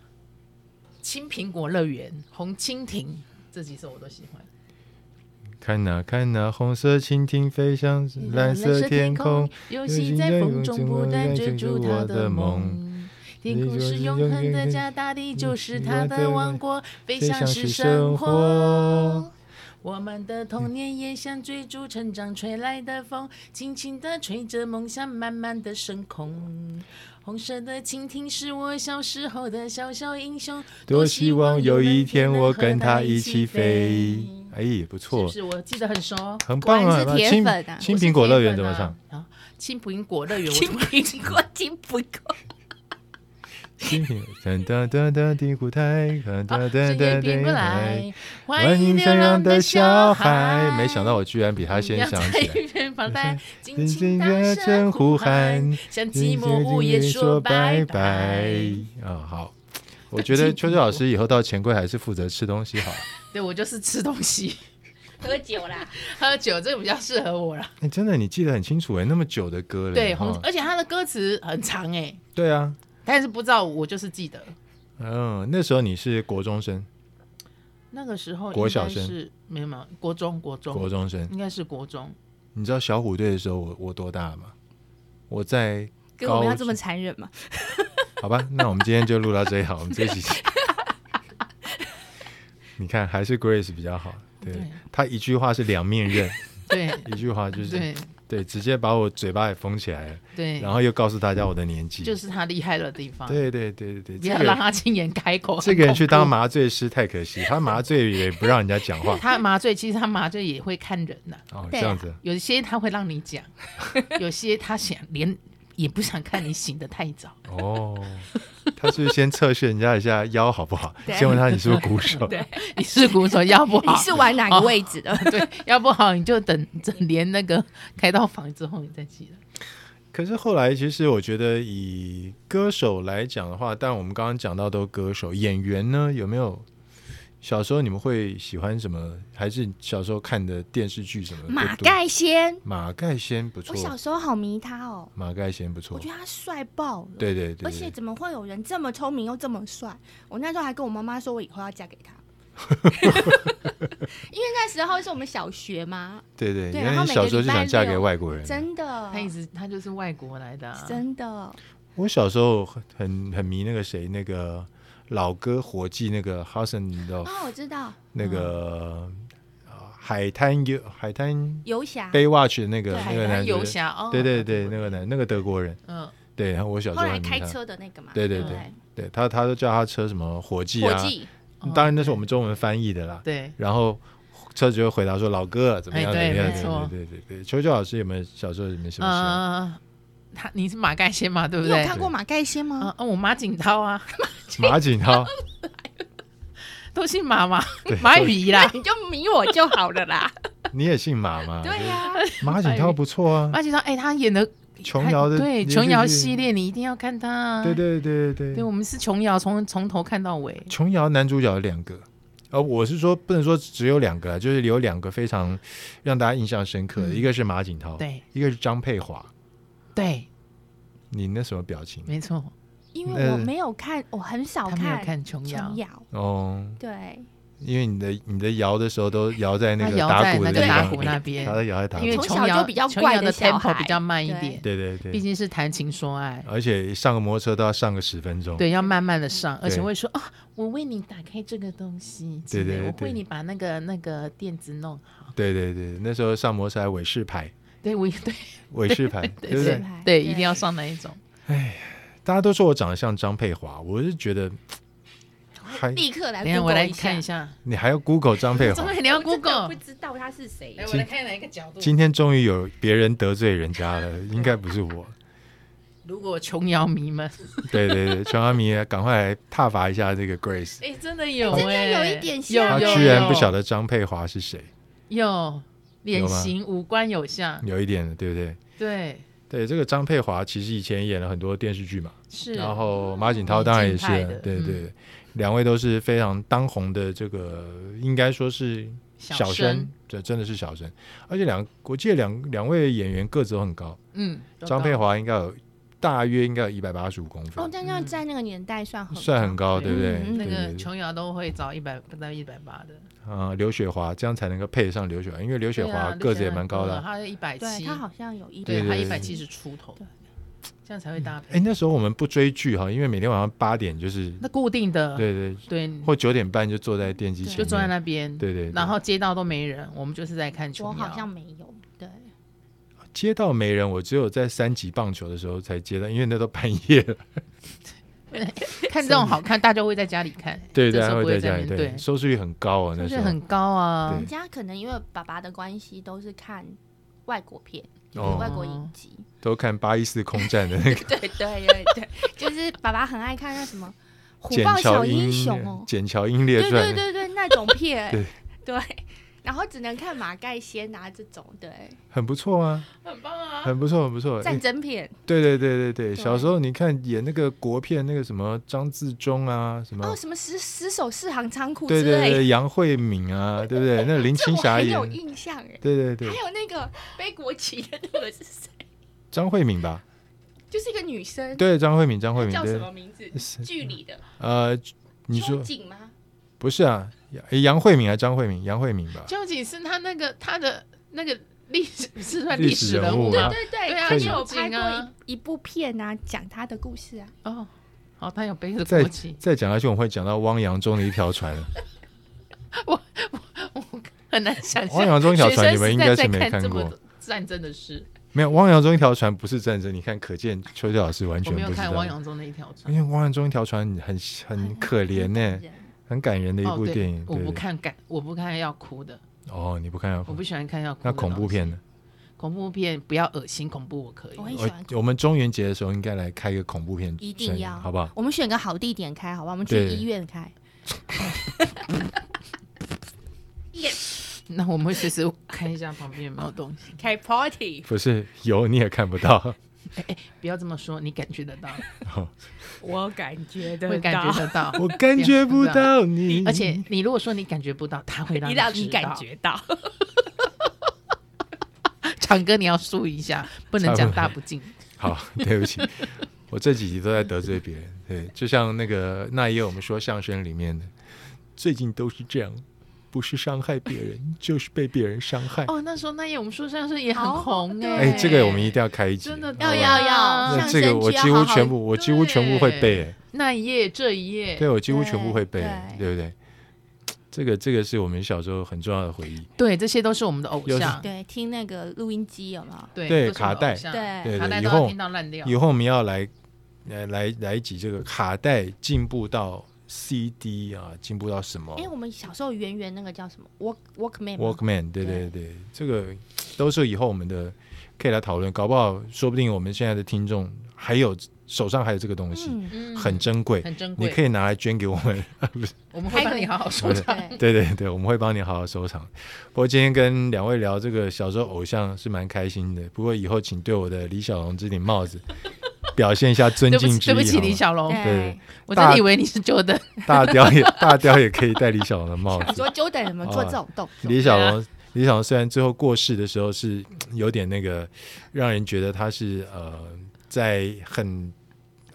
[SPEAKER 1] 青苹果乐园、红蜻蜓这几首我都喜欢。
[SPEAKER 2] 看呐、看呐、红色蜻蜓飞向蓝色天空，，
[SPEAKER 4] 游戏在风中不断追逐他的梦。天空是永恒的家，大地就是他的王国，飞翔是生活。
[SPEAKER 1] 我们的童年也像追逐成长吹来的风，轻轻地吹着梦想，慢慢地升空。红色的蜻蜓是我小时候的小小英雄，
[SPEAKER 2] 多希望有一天我跟他一起飞。哎，不
[SPEAKER 1] 是不
[SPEAKER 2] 错，
[SPEAKER 1] 是？我记得很熟。
[SPEAKER 2] 很棒啊！
[SPEAKER 3] 果然是铁
[SPEAKER 2] 青
[SPEAKER 3] 粉啊
[SPEAKER 2] 青苹果乐园怎么唱？
[SPEAKER 1] 啊？青苹果乐园，我
[SPEAKER 3] 听不过，听不 过。
[SPEAKER 2] 青苹噔噔噔噔，低谷台，噔
[SPEAKER 1] 啊，
[SPEAKER 2] 噔噔
[SPEAKER 1] 深夜
[SPEAKER 2] 噔
[SPEAKER 1] 变
[SPEAKER 2] 噔
[SPEAKER 1] 过来
[SPEAKER 2] 噔。，
[SPEAKER 1] 欢迎流浪的小孩。
[SPEAKER 2] 没想到我居然比他先想起来。
[SPEAKER 1] 来。房贷，尽
[SPEAKER 2] 尽
[SPEAKER 1] 情
[SPEAKER 2] 情
[SPEAKER 1] 大
[SPEAKER 2] 大
[SPEAKER 1] 声
[SPEAKER 2] 声
[SPEAKER 1] 呼
[SPEAKER 2] 呼
[SPEAKER 1] 喊
[SPEAKER 2] 喊，
[SPEAKER 1] 向寂寞午夜说拜拜。
[SPEAKER 2] 啊！好，我觉得秋秋老师以后到钱柜还是负责吃东西好了。
[SPEAKER 1] 对我就是吃东西、
[SPEAKER 3] 喝酒啦，
[SPEAKER 1] 喝酒，这个比较适合我啦。
[SPEAKER 2] 哎，真的，你记得很清楚哎，那么久的歌了。
[SPEAKER 1] 对，
[SPEAKER 2] 哈
[SPEAKER 1] 红，而且他的歌词很长哎，
[SPEAKER 2] 对啊，
[SPEAKER 1] 但是不知道我就是记得
[SPEAKER 2] 嗯，那时候你是国中生，
[SPEAKER 1] 那个时候
[SPEAKER 2] 国
[SPEAKER 1] 应
[SPEAKER 2] 小
[SPEAKER 1] 该
[SPEAKER 2] 生
[SPEAKER 1] 是没有没有国中国中
[SPEAKER 2] 国中生。
[SPEAKER 1] 应该是国中，
[SPEAKER 2] 你知道小虎队的时候我我多大吗？我在
[SPEAKER 3] 跟我
[SPEAKER 2] 高
[SPEAKER 3] 们要这么残忍吗？
[SPEAKER 2] 好吧，那我们今天就录到这里好，我们这一集。 你看，还是 Grace 比较好，对
[SPEAKER 1] 对
[SPEAKER 2] 他一句话是两 面刃，
[SPEAKER 1] 对
[SPEAKER 2] 一句话就是
[SPEAKER 1] 对
[SPEAKER 2] 对直接把我嘴巴也封起来了，
[SPEAKER 1] 对
[SPEAKER 2] 然，后又告诉大家我的年纪，
[SPEAKER 1] 就是他厉害的地方。
[SPEAKER 2] 对对对对对，
[SPEAKER 1] 不
[SPEAKER 2] 这
[SPEAKER 1] 要
[SPEAKER 2] 个
[SPEAKER 1] 让
[SPEAKER 2] 人
[SPEAKER 1] 他亲眼开口。
[SPEAKER 2] 这个人去当
[SPEAKER 1] 麻，
[SPEAKER 2] 麻醉师太可惜，他麻醉也不让人家讲话
[SPEAKER 1] 他麻醉其实他麻醉也会看人呐、
[SPEAKER 2] 哦，这
[SPEAKER 3] 对啊
[SPEAKER 2] 样子
[SPEAKER 1] 有些他会让你 讲，有些他想连也不想看你醒得太早。
[SPEAKER 2] 哦，他是不是先测试人家一下腰好不好，
[SPEAKER 3] 对
[SPEAKER 2] 先问他你是不是 鼓手，
[SPEAKER 1] 你是鼓手要 不
[SPEAKER 2] 啊
[SPEAKER 3] 你
[SPEAKER 1] 好，
[SPEAKER 3] 是玩哪个位置的？
[SPEAKER 1] 对，要不好你就等整连那个开到房之后你再记得。
[SPEAKER 2] 可是后来，其实我觉得以歌手来讲的话，但我们刚刚讲到都歌手，演员呢有没有？小时候你们会喜欢什么？还是小时候看的电视剧什么？
[SPEAKER 3] 马
[SPEAKER 2] 不多，
[SPEAKER 3] 盖先，
[SPEAKER 2] 马盖先不
[SPEAKER 3] 我小
[SPEAKER 2] 错，
[SPEAKER 3] 时候好迷他哦，
[SPEAKER 2] 马盖先不错
[SPEAKER 3] 我，觉得他帅爆了。
[SPEAKER 2] 对对对
[SPEAKER 3] 而且
[SPEAKER 2] 对，
[SPEAKER 3] 怎么会有人这么聪明又这么帅？我那时候还跟我妈妈说，我以后要嫁给 他。因为那时候是我们小学嘛，
[SPEAKER 2] 对对，
[SPEAKER 3] 对
[SPEAKER 2] 原
[SPEAKER 3] 然
[SPEAKER 2] 来
[SPEAKER 3] 后
[SPEAKER 2] 你
[SPEAKER 3] 每
[SPEAKER 2] 小
[SPEAKER 3] 个
[SPEAKER 2] 时候
[SPEAKER 3] 礼
[SPEAKER 2] 就想
[SPEAKER 3] 拜
[SPEAKER 2] 嫁给
[SPEAKER 3] 六
[SPEAKER 2] 外国人。
[SPEAKER 3] 真的
[SPEAKER 1] 他，一直他就是外国来的、啊，
[SPEAKER 3] 真
[SPEAKER 2] 哦
[SPEAKER 3] 的，
[SPEAKER 2] 我小时候很很迷那个谁，那个老歌活计那个 Hassan 的
[SPEAKER 3] 哦，我知道，
[SPEAKER 2] 那个
[SPEAKER 3] 嗯
[SPEAKER 2] 呃海滩游海滩
[SPEAKER 3] 游侠。
[SPEAKER 2] Bay Watch 的那个
[SPEAKER 3] 对
[SPEAKER 2] 那
[SPEAKER 1] 海
[SPEAKER 2] 个男
[SPEAKER 1] 南
[SPEAKER 2] 主
[SPEAKER 1] 游
[SPEAKER 2] 角
[SPEAKER 1] 侠哦，
[SPEAKER 2] 对对对，那个男那个德国人，
[SPEAKER 1] 嗯，
[SPEAKER 2] 对，然后我小时
[SPEAKER 3] 后
[SPEAKER 2] 候
[SPEAKER 3] 来
[SPEAKER 2] 很迷
[SPEAKER 3] 开
[SPEAKER 2] 他，
[SPEAKER 3] 车的那个嘛，
[SPEAKER 2] 对对
[SPEAKER 3] 不
[SPEAKER 2] 对对他他都叫他车什么伙计
[SPEAKER 3] 伙
[SPEAKER 2] 啊，
[SPEAKER 3] 计，
[SPEAKER 1] 哦
[SPEAKER 2] 当然那是我们中文翻译的啦。
[SPEAKER 1] 对，
[SPEAKER 2] 然后车主就会回答说老哥怎么样怎么
[SPEAKER 1] 哎对
[SPEAKER 2] 样，
[SPEAKER 1] 没错
[SPEAKER 2] 对对对对对。秋秋老师有没有小时候有没有什么啊喜欢？
[SPEAKER 1] 呃，他你是马盖先嘛，对不
[SPEAKER 3] 你有
[SPEAKER 1] 对？
[SPEAKER 3] 看过马盖先
[SPEAKER 1] 嗯
[SPEAKER 3] 吗？
[SPEAKER 1] 嗯，我马景涛啊，
[SPEAKER 2] 马景涛，
[SPEAKER 1] 都姓马嘛
[SPEAKER 2] 对，
[SPEAKER 1] 马雨怡啦，
[SPEAKER 3] 你就迷我就好了 啦。
[SPEAKER 2] 你也姓马 吗？
[SPEAKER 3] 对呀，
[SPEAKER 2] 马景涛不错啊，
[SPEAKER 1] 马景涛，哎，他演的
[SPEAKER 2] 琼瑶的
[SPEAKER 1] 他对
[SPEAKER 2] 连续
[SPEAKER 1] 琼瑶
[SPEAKER 2] 剧
[SPEAKER 1] 系列，你一定要看他啊。
[SPEAKER 2] 对对对对
[SPEAKER 1] 对，
[SPEAKER 2] 对。
[SPEAKER 1] 我们是琼瑶，从从头看到尾。
[SPEAKER 2] 琼瑶男主角有两个，呃，我是说不能说只有两个啊，就是有两个非常让大家印象深刻的，
[SPEAKER 1] 嗯
[SPEAKER 2] 一个是马景涛，
[SPEAKER 1] 对
[SPEAKER 2] 一个是张佩华。
[SPEAKER 1] 对，
[SPEAKER 2] 你那什么表情？
[SPEAKER 1] 没错，
[SPEAKER 3] 因为我没有看，我很少
[SPEAKER 1] 他没有看琼瑶
[SPEAKER 3] 琼，瑶，
[SPEAKER 2] 哦，
[SPEAKER 3] 对，
[SPEAKER 2] 因为你的你的摇的时候都摇在那
[SPEAKER 1] 他
[SPEAKER 2] 个
[SPEAKER 1] 摇
[SPEAKER 2] 打
[SPEAKER 1] 在
[SPEAKER 2] 鼓
[SPEAKER 1] 那
[SPEAKER 2] 的
[SPEAKER 1] 个
[SPEAKER 2] 地
[SPEAKER 1] 打
[SPEAKER 2] 方，
[SPEAKER 1] 鼓那边
[SPEAKER 2] 他，在摇在打鼓
[SPEAKER 1] 因，为
[SPEAKER 3] 从
[SPEAKER 1] 琼
[SPEAKER 3] 小
[SPEAKER 1] 瑶
[SPEAKER 3] 就比较
[SPEAKER 1] 琼
[SPEAKER 3] 怪
[SPEAKER 1] 瑶的
[SPEAKER 3] 的小
[SPEAKER 1] tempo
[SPEAKER 3] 孩
[SPEAKER 1] 比较慢一
[SPEAKER 3] 对
[SPEAKER 1] 点，
[SPEAKER 2] 对对
[SPEAKER 1] 毕
[SPEAKER 2] 对，
[SPEAKER 1] 竟是谈情说爱，
[SPEAKER 2] 而且上个摩托车都要上个十分钟，
[SPEAKER 1] 对，要慢慢的上，而且
[SPEAKER 2] 对
[SPEAKER 1] 会说啊，我为你打开这个东西，
[SPEAKER 2] 对对
[SPEAKER 1] 我
[SPEAKER 2] 对
[SPEAKER 1] 为你把那个那个垫子弄好，
[SPEAKER 2] 对对对，那时候上摩托车还尾试牌，
[SPEAKER 1] 对我也对
[SPEAKER 2] 尾试牌，对不
[SPEAKER 3] 对
[SPEAKER 2] 对
[SPEAKER 1] 对？对，一定要上那一种，
[SPEAKER 2] 大家都说我长得像张佩华，我是觉 得还
[SPEAKER 3] 立刻来
[SPEAKER 1] 等一下我
[SPEAKER 3] 哎 Google
[SPEAKER 1] 来
[SPEAKER 3] 一
[SPEAKER 1] 看一
[SPEAKER 3] 下。
[SPEAKER 1] 下，
[SPEAKER 2] 你还要 Google 张佩 华
[SPEAKER 1] 张。佩你要
[SPEAKER 3] 我真的
[SPEAKER 1] Google，
[SPEAKER 3] 不知道他是谁
[SPEAKER 1] 哎，，我
[SPEAKER 2] 今
[SPEAKER 1] 来看哪一个角度，
[SPEAKER 2] 今天终于有别人得罪人家 了，应该不是我。
[SPEAKER 1] 如果琼瑶迷们，
[SPEAKER 2] 对对对，琼瑶迷赶快来挞伐一下这个 Grace，
[SPEAKER 1] 哎，真的 有，
[SPEAKER 3] 真的
[SPEAKER 1] 哎
[SPEAKER 3] 有一点
[SPEAKER 1] 有
[SPEAKER 3] 像
[SPEAKER 2] 她
[SPEAKER 1] 有
[SPEAKER 2] 居然不
[SPEAKER 1] 有
[SPEAKER 2] 晓得张佩华是谁，
[SPEAKER 1] 有脸
[SPEAKER 2] 有吗嗯
[SPEAKER 1] 型、五官有像，
[SPEAKER 2] 有一点对不对？
[SPEAKER 1] 对，
[SPEAKER 2] 对，这个张佩华其实以前演了很多电视剧嘛，
[SPEAKER 1] 是。
[SPEAKER 2] 然后马景涛当然也是
[SPEAKER 1] 近代的，
[SPEAKER 2] 对
[SPEAKER 1] 嗯
[SPEAKER 2] 对，两位都是非常当红的，这个应该说是
[SPEAKER 1] 小
[SPEAKER 2] 小
[SPEAKER 1] 生
[SPEAKER 2] 生，这真的是小生，而且两我记得两两位演员个子都很高，
[SPEAKER 1] 嗯，
[SPEAKER 2] 张佩华应该有大约应该有一百八十五公
[SPEAKER 3] 哦，
[SPEAKER 2] 分，
[SPEAKER 3] 但那在那个年代算很
[SPEAKER 2] 嗯算很高，
[SPEAKER 1] 对
[SPEAKER 2] 对不对？
[SPEAKER 3] 嗯
[SPEAKER 1] 那
[SPEAKER 2] 对
[SPEAKER 1] 个
[SPEAKER 2] 对
[SPEAKER 1] 琼瑶都会找一百不到一百八的，
[SPEAKER 2] 啊、刘雪华这样才能够配得上刘雪华，因为刘雪
[SPEAKER 1] 对啊
[SPEAKER 2] 华个子也蛮高的啊。
[SPEAKER 1] 她一百
[SPEAKER 3] 对
[SPEAKER 1] 七
[SPEAKER 3] 他，好像有一
[SPEAKER 2] 对
[SPEAKER 1] 对，
[SPEAKER 2] 对
[SPEAKER 1] 她一
[SPEAKER 2] 对
[SPEAKER 1] 百七十出头。这样才会搭配。
[SPEAKER 2] 哎，那时候我们不追剧哈，因为每天晚上八点就是，
[SPEAKER 1] 那固定的，
[SPEAKER 2] 对对，
[SPEAKER 1] 对，
[SPEAKER 2] 或九点半就坐在电机前面，
[SPEAKER 1] 就坐在那边，
[SPEAKER 2] 对对对
[SPEAKER 1] 嗯然后街道都没人，我们就是在看琼
[SPEAKER 3] 我好像
[SPEAKER 1] 瑶。
[SPEAKER 3] 没有，对，
[SPEAKER 2] 街道没人，我只有在三级棒球的时候才接到，因为那都半夜了。
[SPEAKER 1] 看这种好看，大家会在家里看，
[SPEAKER 2] 对，
[SPEAKER 1] 这
[SPEAKER 2] 大
[SPEAKER 1] 时
[SPEAKER 2] 家
[SPEAKER 1] 候
[SPEAKER 2] 会
[SPEAKER 1] 不会
[SPEAKER 2] 在家
[SPEAKER 1] 那
[SPEAKER 2] 里，
[SPEAKER 1] 边
[SPEAKER 2] 对，收视率很高啊，
[SPEAKER 1] 对，
[SPEAKER 2] 那
[SPEAKER 1] 就是
[SPEAKER 2] 时候
[SPEAKER 1] 很高啊
[SPEAKER 2] 对
[SPEAKER 3] 我。们家可能因为爸爸的关系都是看外国片，
[SPEAKER 2] 哦
[SPEAKER 3] 外国影集，
[SPEAKER 2] 都看八一四空战的那个
[SPEAKER 3] 对对对对，就是爸爸很爱看那什么《 虎
[SPEAKER 2] 《
[SPEAKER 3] 豹
[SPEAKER 2] 剑
[SPEAKER 3] 小
[SPEAKER 2] 桥
[SPEAKER 3] 英
[SPEAKER 2] 英
[SPEAKER 3] 雄》哦，
[SPEAKER 2] 剑桥英列
[SPEAKER 3] 对
[SPEAKER 2] 传》
[SPEAKER 3] 对对对，那种片，
[SPEAKER 2] 对
[SPEAKER 3] 对然后只能看马盖先啊这种，对，
[SPEAKER 2] 很不错啊，
[SPEAKER 1] 很棒啊！
[SPEAKER 2] 很不错，很不错。
[SPEAKER 3] 战
[SPEAKER 2] 诶
[SPEAKER 3] 争片。
[SPEAKER 2] 对对对对
[SPEAKER 3] 对
[SPEAKER 2] 对，小时候你看演那个国片，那个什么张自忠啊，什
[SPEAKER 3] 哦，
[SPEAKER 2] 么。
[SPEAKER 3] 什么十十首四行仓库
[SPEAKER 2] 对
[SPEAKER 3] 之
[SPEAKER 2] 对
[SPEAKER 3] 类的，
[SPEAKER 2] 对，杨慧敏啊，对不对？那林
[SPEAKER 3] 这
[SPEAKER 2] 青
[SPEAKER 3] 我
[SPEAKER 2] 霞
[SPEAKER 3] 很
[SPEAKER 2] 演
[SPEAKER 3] 有，印象哎。
[SPEAKER 2] 对对对
[SPEAKER 3] 还，有那个背国旗的那个是谁？
[SPEAKER 2] 张慧敏吧，
[SPEAKER 3] 就是一个女生，
[SPEAKER 2] 对，张慧敏，张慧敏，
[SPEAKER 3] 叫什
[SPEAKER 2] 对，
[SPEAKER 3] 么名字？
[SPEAKER 2] 是
[SPEAKER 3] 剧里的
[SPEAKER 2] 呃，你
[SPEAKER 3] 秋
[SPEAKER 2] 说
[SPEAKER 3] 瑾吗？
[SPEAKER 2] 不是啊？杨杨慧敏还是张慧敏？杨慧敏吧，
[SPEAKER 1] 究竟是他那个他的那个历史是算
[SPEAKER 2] 历
[SPEAKER 1] 历
[SPEAKER 2] 史
[SPEAKER 1] 史
[SPEAKER 2] 人
[SPEAKER 1] 人
[SPEAKER 2] 物
[SPEAKER 1] 物
[SPEAKER 2] 啊
[SPEAKER 1] 吗？
[SPEAKER 3] 对对，
[SPEAKER 1] 对啊
[SPEAKER 3] 她也
[SPEAKER 1] 秋
[SPEAKER 3] 有拍
[SPEAKER 1] 瑾啊
[SPEAKER 3] 过一一部片啊，讲她的故事啊。
[SPEAKER 1] 哦，好，他有背着
[SPEAKER 2] 再
[SPEAKER 1] 国旗，
[SPEAKER 2] 再讲下去，我们会讲到汪洋中的一条船。
[SPEAKER 1] 我很难想象。
[SPEAKER 2] 汪洋中一条船
[SPEAKER 1] 学生
[SPEAKER 2] 你们应该是没
[SPEAKER 1] 时代在
[SPEAKER 2] 看
[SPEAKER 1] 这么
[SPEAKER 2] 过
[SPEAKER 1] 战争的事，
[SPEAKER 2] 没有，汪洋中一条船不是战争，你看，可见邱教老师完
[SPEAKER 1] 我
[SPEAKER 2] 全
[SPEAKER 1] 没有
[SPEAKER 2] 不知
[SPEAKER 1] 看
[SPEAKER 2] 道。
[SPEAKER 1] 汪洋中那一条船
[SPEAKER 2] 因。为汪洋中一条船很很可怜呢、
[SPEAKER 3] 人
[SPEAKER 2] 很感人的一
[SPEAKER 1] 哦，
[SPEAKER 2] 部
[SPEAKER 1] 对，
[SPEAKER 2] 电影。
[SPEAKER 1] 我
[SPEAKER 2] 对
[SPEAKER 1] 不
[SPEAKER 2] 对
[SPEAKER 1] 看感，我不看要哭的，
[SPEAKER 2] 哦，你不看啊
[SPEAKER 1] 我不喜欢看要哭的
[SPEAKER 2] 那恐怖片
[SPEAKER 1] 东
[SPEAKER 2] 呢？
[SPEAKER 1] 西，恐怖片不要恶心，恐怖我可以
[SPEAKER 3] 我。很喜欢
[SPEAKER 2] 我我们中元节的时候应该来开一个恐怖片专，
[SPEAKER 3] 一定要
[SPEAKER 2] 好不好？
[SPEAKER 3] 我们选个好地点开，好吧？我们去
[SPEAKER 2] 对
[SPEAKER 3] 医院开，
[SPEAKER 1] 那我们随时看一下旁边有没有东 西，
[SPEAKER 3] 开 party。
[SPEAKER 2] 不是有你也看不 到，
[SPEAKER 1] 不要这么说，你感觉 得到，
[SPEAKER 3] 我感觉
[SPEAKER 1] 会感觉得到。
[SPEAKER 2] 我感觉不到你，
[SPEAKER 1] 而且你如果说你感觉不到，他会让你知道。
[SPEAKER 3] 到，
[SPEAKER 1] 长哥，你要输一下，不能讲大不 敬。
[SPEAKER 2] 好，对不起，我这几集都在得罪别人。 对，就像那个那一夜我们说相声里面的，最近都是这样，不是伤害别人，就是被别人伤害。
[SPEAKER 1] 哦，那时候那夜我们说相声也很
[SPEAKER 3] 好
[SPEAKER 1] 红
[SPEAKER 3] 对
[SPEAKER 2] 哎，
[SPEAKER 1] 哎，
[SPEAKER 2] 这个我们一定要开一集，
[SPEAKER 1] 真的
[SPEAKER 2] 好不
[SPEAKER 3] 要
[SPEAKER 2] 好
[SPEAKER 3] 要要，
[SPEAKER 2] 那
[SPEAKER 3] 啊上
[SPEAKER 2] 这个
[SPEAKER 3] 升
[SPEAKER 2] 我
[SPEAKER 3] 区要
[SPEAKER 2] 几乎
[SPEAKER 3] 好好
[SPEAKER 2] 全部，我几乎全部会背、哎
[SPEAKER 1] 那一夜这一夜，
[SPEAKER 2] 对我几乎全部会背
[SPEAKER 3] 对，
[SPEAKER 2] 对不对？这个这个是我们小时候很重要的回忆。
[SPEAKER 1] 对，这些都是我们的偶
[SPEAKER 2] 有时
[SPEAKER 1] 像。
[SPEAKER 3] 对，听那个录音机有没有？
[SPEAKER 1] 对
[SPEAKER 2] 对
[SPEAKER 1] 都是我们的
[SPEAKER 2] 卡带
[SPEAKER 1] 偶像
[SPEAKER 3] 对
[SPEAKER 2] 对
[SPEAKER 1] 卡带
[SPEAKER 2] 对，以
[SPEAKER 1] 都要
[SPEAKER 2] 后
[SPEAKER 1] 听到烂掉。
[SPEAKER 2] 以后我们要来来来来一集这个卡带进步到 CD 啊，进步到什么
[SPEAKER 3] 哎，我们小时候圆圆那个叫什么？Walk Walkman 吗
[SPEAKER 2] Walkman？对
[SPEAKER 3] 对
[SPEAKER 2] 对对，这个都是以后我们的可以来讨论，搞不好说不定我们现在的听众还有手上还有这个东西，
[SPEAKER 3] 嗯，
[SPEAKER 1] 嗯
[SPEAKER 2] 很珍贵，
[SPEAKER 1] 很珍
[SPEAKER 2] 你
[SPEAKER 1] 贵，
[SPEAKER 2] 可以拿来捐给我 们。
[SPEAKER 1] 我们会帮你好好收
[SPEAKER 2] 对
[SPEAKER 1] 藏。
[SPEAKER 3] 对，
[SPEAKER 2] 对对对，我们会帮你好好收藏。不过今天跟两位聊这个小时候偶像是蛮开心的，不过以后请对我的李小龙这 顶帽子表现一下 尊
[SPEAKER 1] 对不
[SPEAKER 2] 敬
[SPEAKER 1] 起，
[SPEAKER 2] 之
[SPEAKER 1] 对不
[SPEAKER 2] 意。
[SPEAKER 1] 起，
[SPEAKER 2] 好吗
[SPEAKER 1] 李小龙，
[SPEAKER 2] 对
[SPEAKER 1] 我真的以为你是 Jordan。
[SPEAKER 2] 大雕也大雕也可以戴李小龙的帽
[SPEAKER 3] 你
[SPEAKER 2] 子。
[SPEAKER 3] 说 Jordan 有没有做这种动
[SPEAKER 1] 啊
[SPEAKER 3] 作？
[SPEAKER 2] 李小龙，李小龙虽然最后过世的时候是嗯有点那个，让人觉得他是呃在很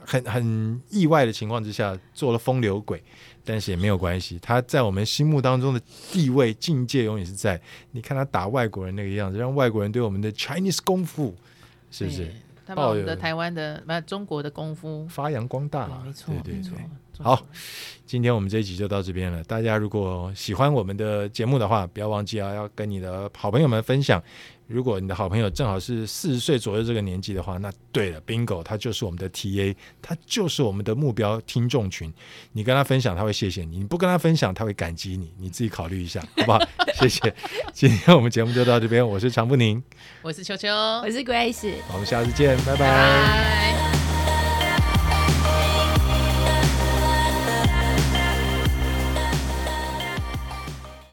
[SPEAKER 2] 很很意外的情况之下做了风流鬼，但是也没有关系，他在我们心目当中的地位境界永远是在。你看他打外国人那个样子，让外国人对我们的 Chinese 功夫 是不是
[SPEAKER 1] 对？他把
[SPEAKER 2] 抱
[SPEAKER 1] 我们的
[SPEAKER 2] 有
[SPEAKER 1] 台湾的，把中国的功夫，
[SPEAKER 2] 发扬光大
[SPEAKER 1] 对
[SPEAKER 2] 了？
[SPEAKER 1] 没错，嗯
[SPEAKER 2] 对对
[SPEAKER 1] 没
[SPEAKER 2] 对
[SPEAKER 1] 错。。中
[SPEAKER 2] 好
[SPEAKER 1] 国，
[SPEAKER 2] 今天我们这一集就到这边了。大家如果喜欢我们的节目的话，不要忘记啊，要跟你的好朋友们分享。如果你的好朋友正好是四十岁左右这个年纪的话，那对了，bingo，他就是我们的 TA，他就是我们的目标听众群。你跟他分享，他会谢谢你；你不跟他分享，他会感激你。你自己考虑一下，好不好？谢谢。今天我们节目就到这边，我是常不宁，
[SPEAKER 1] 我是秋秋，
[SPEAKER 3] 我是 Grace。
[SPEAKER 2] 我们下次见，拜拜
[SPEAKER 1] 拜。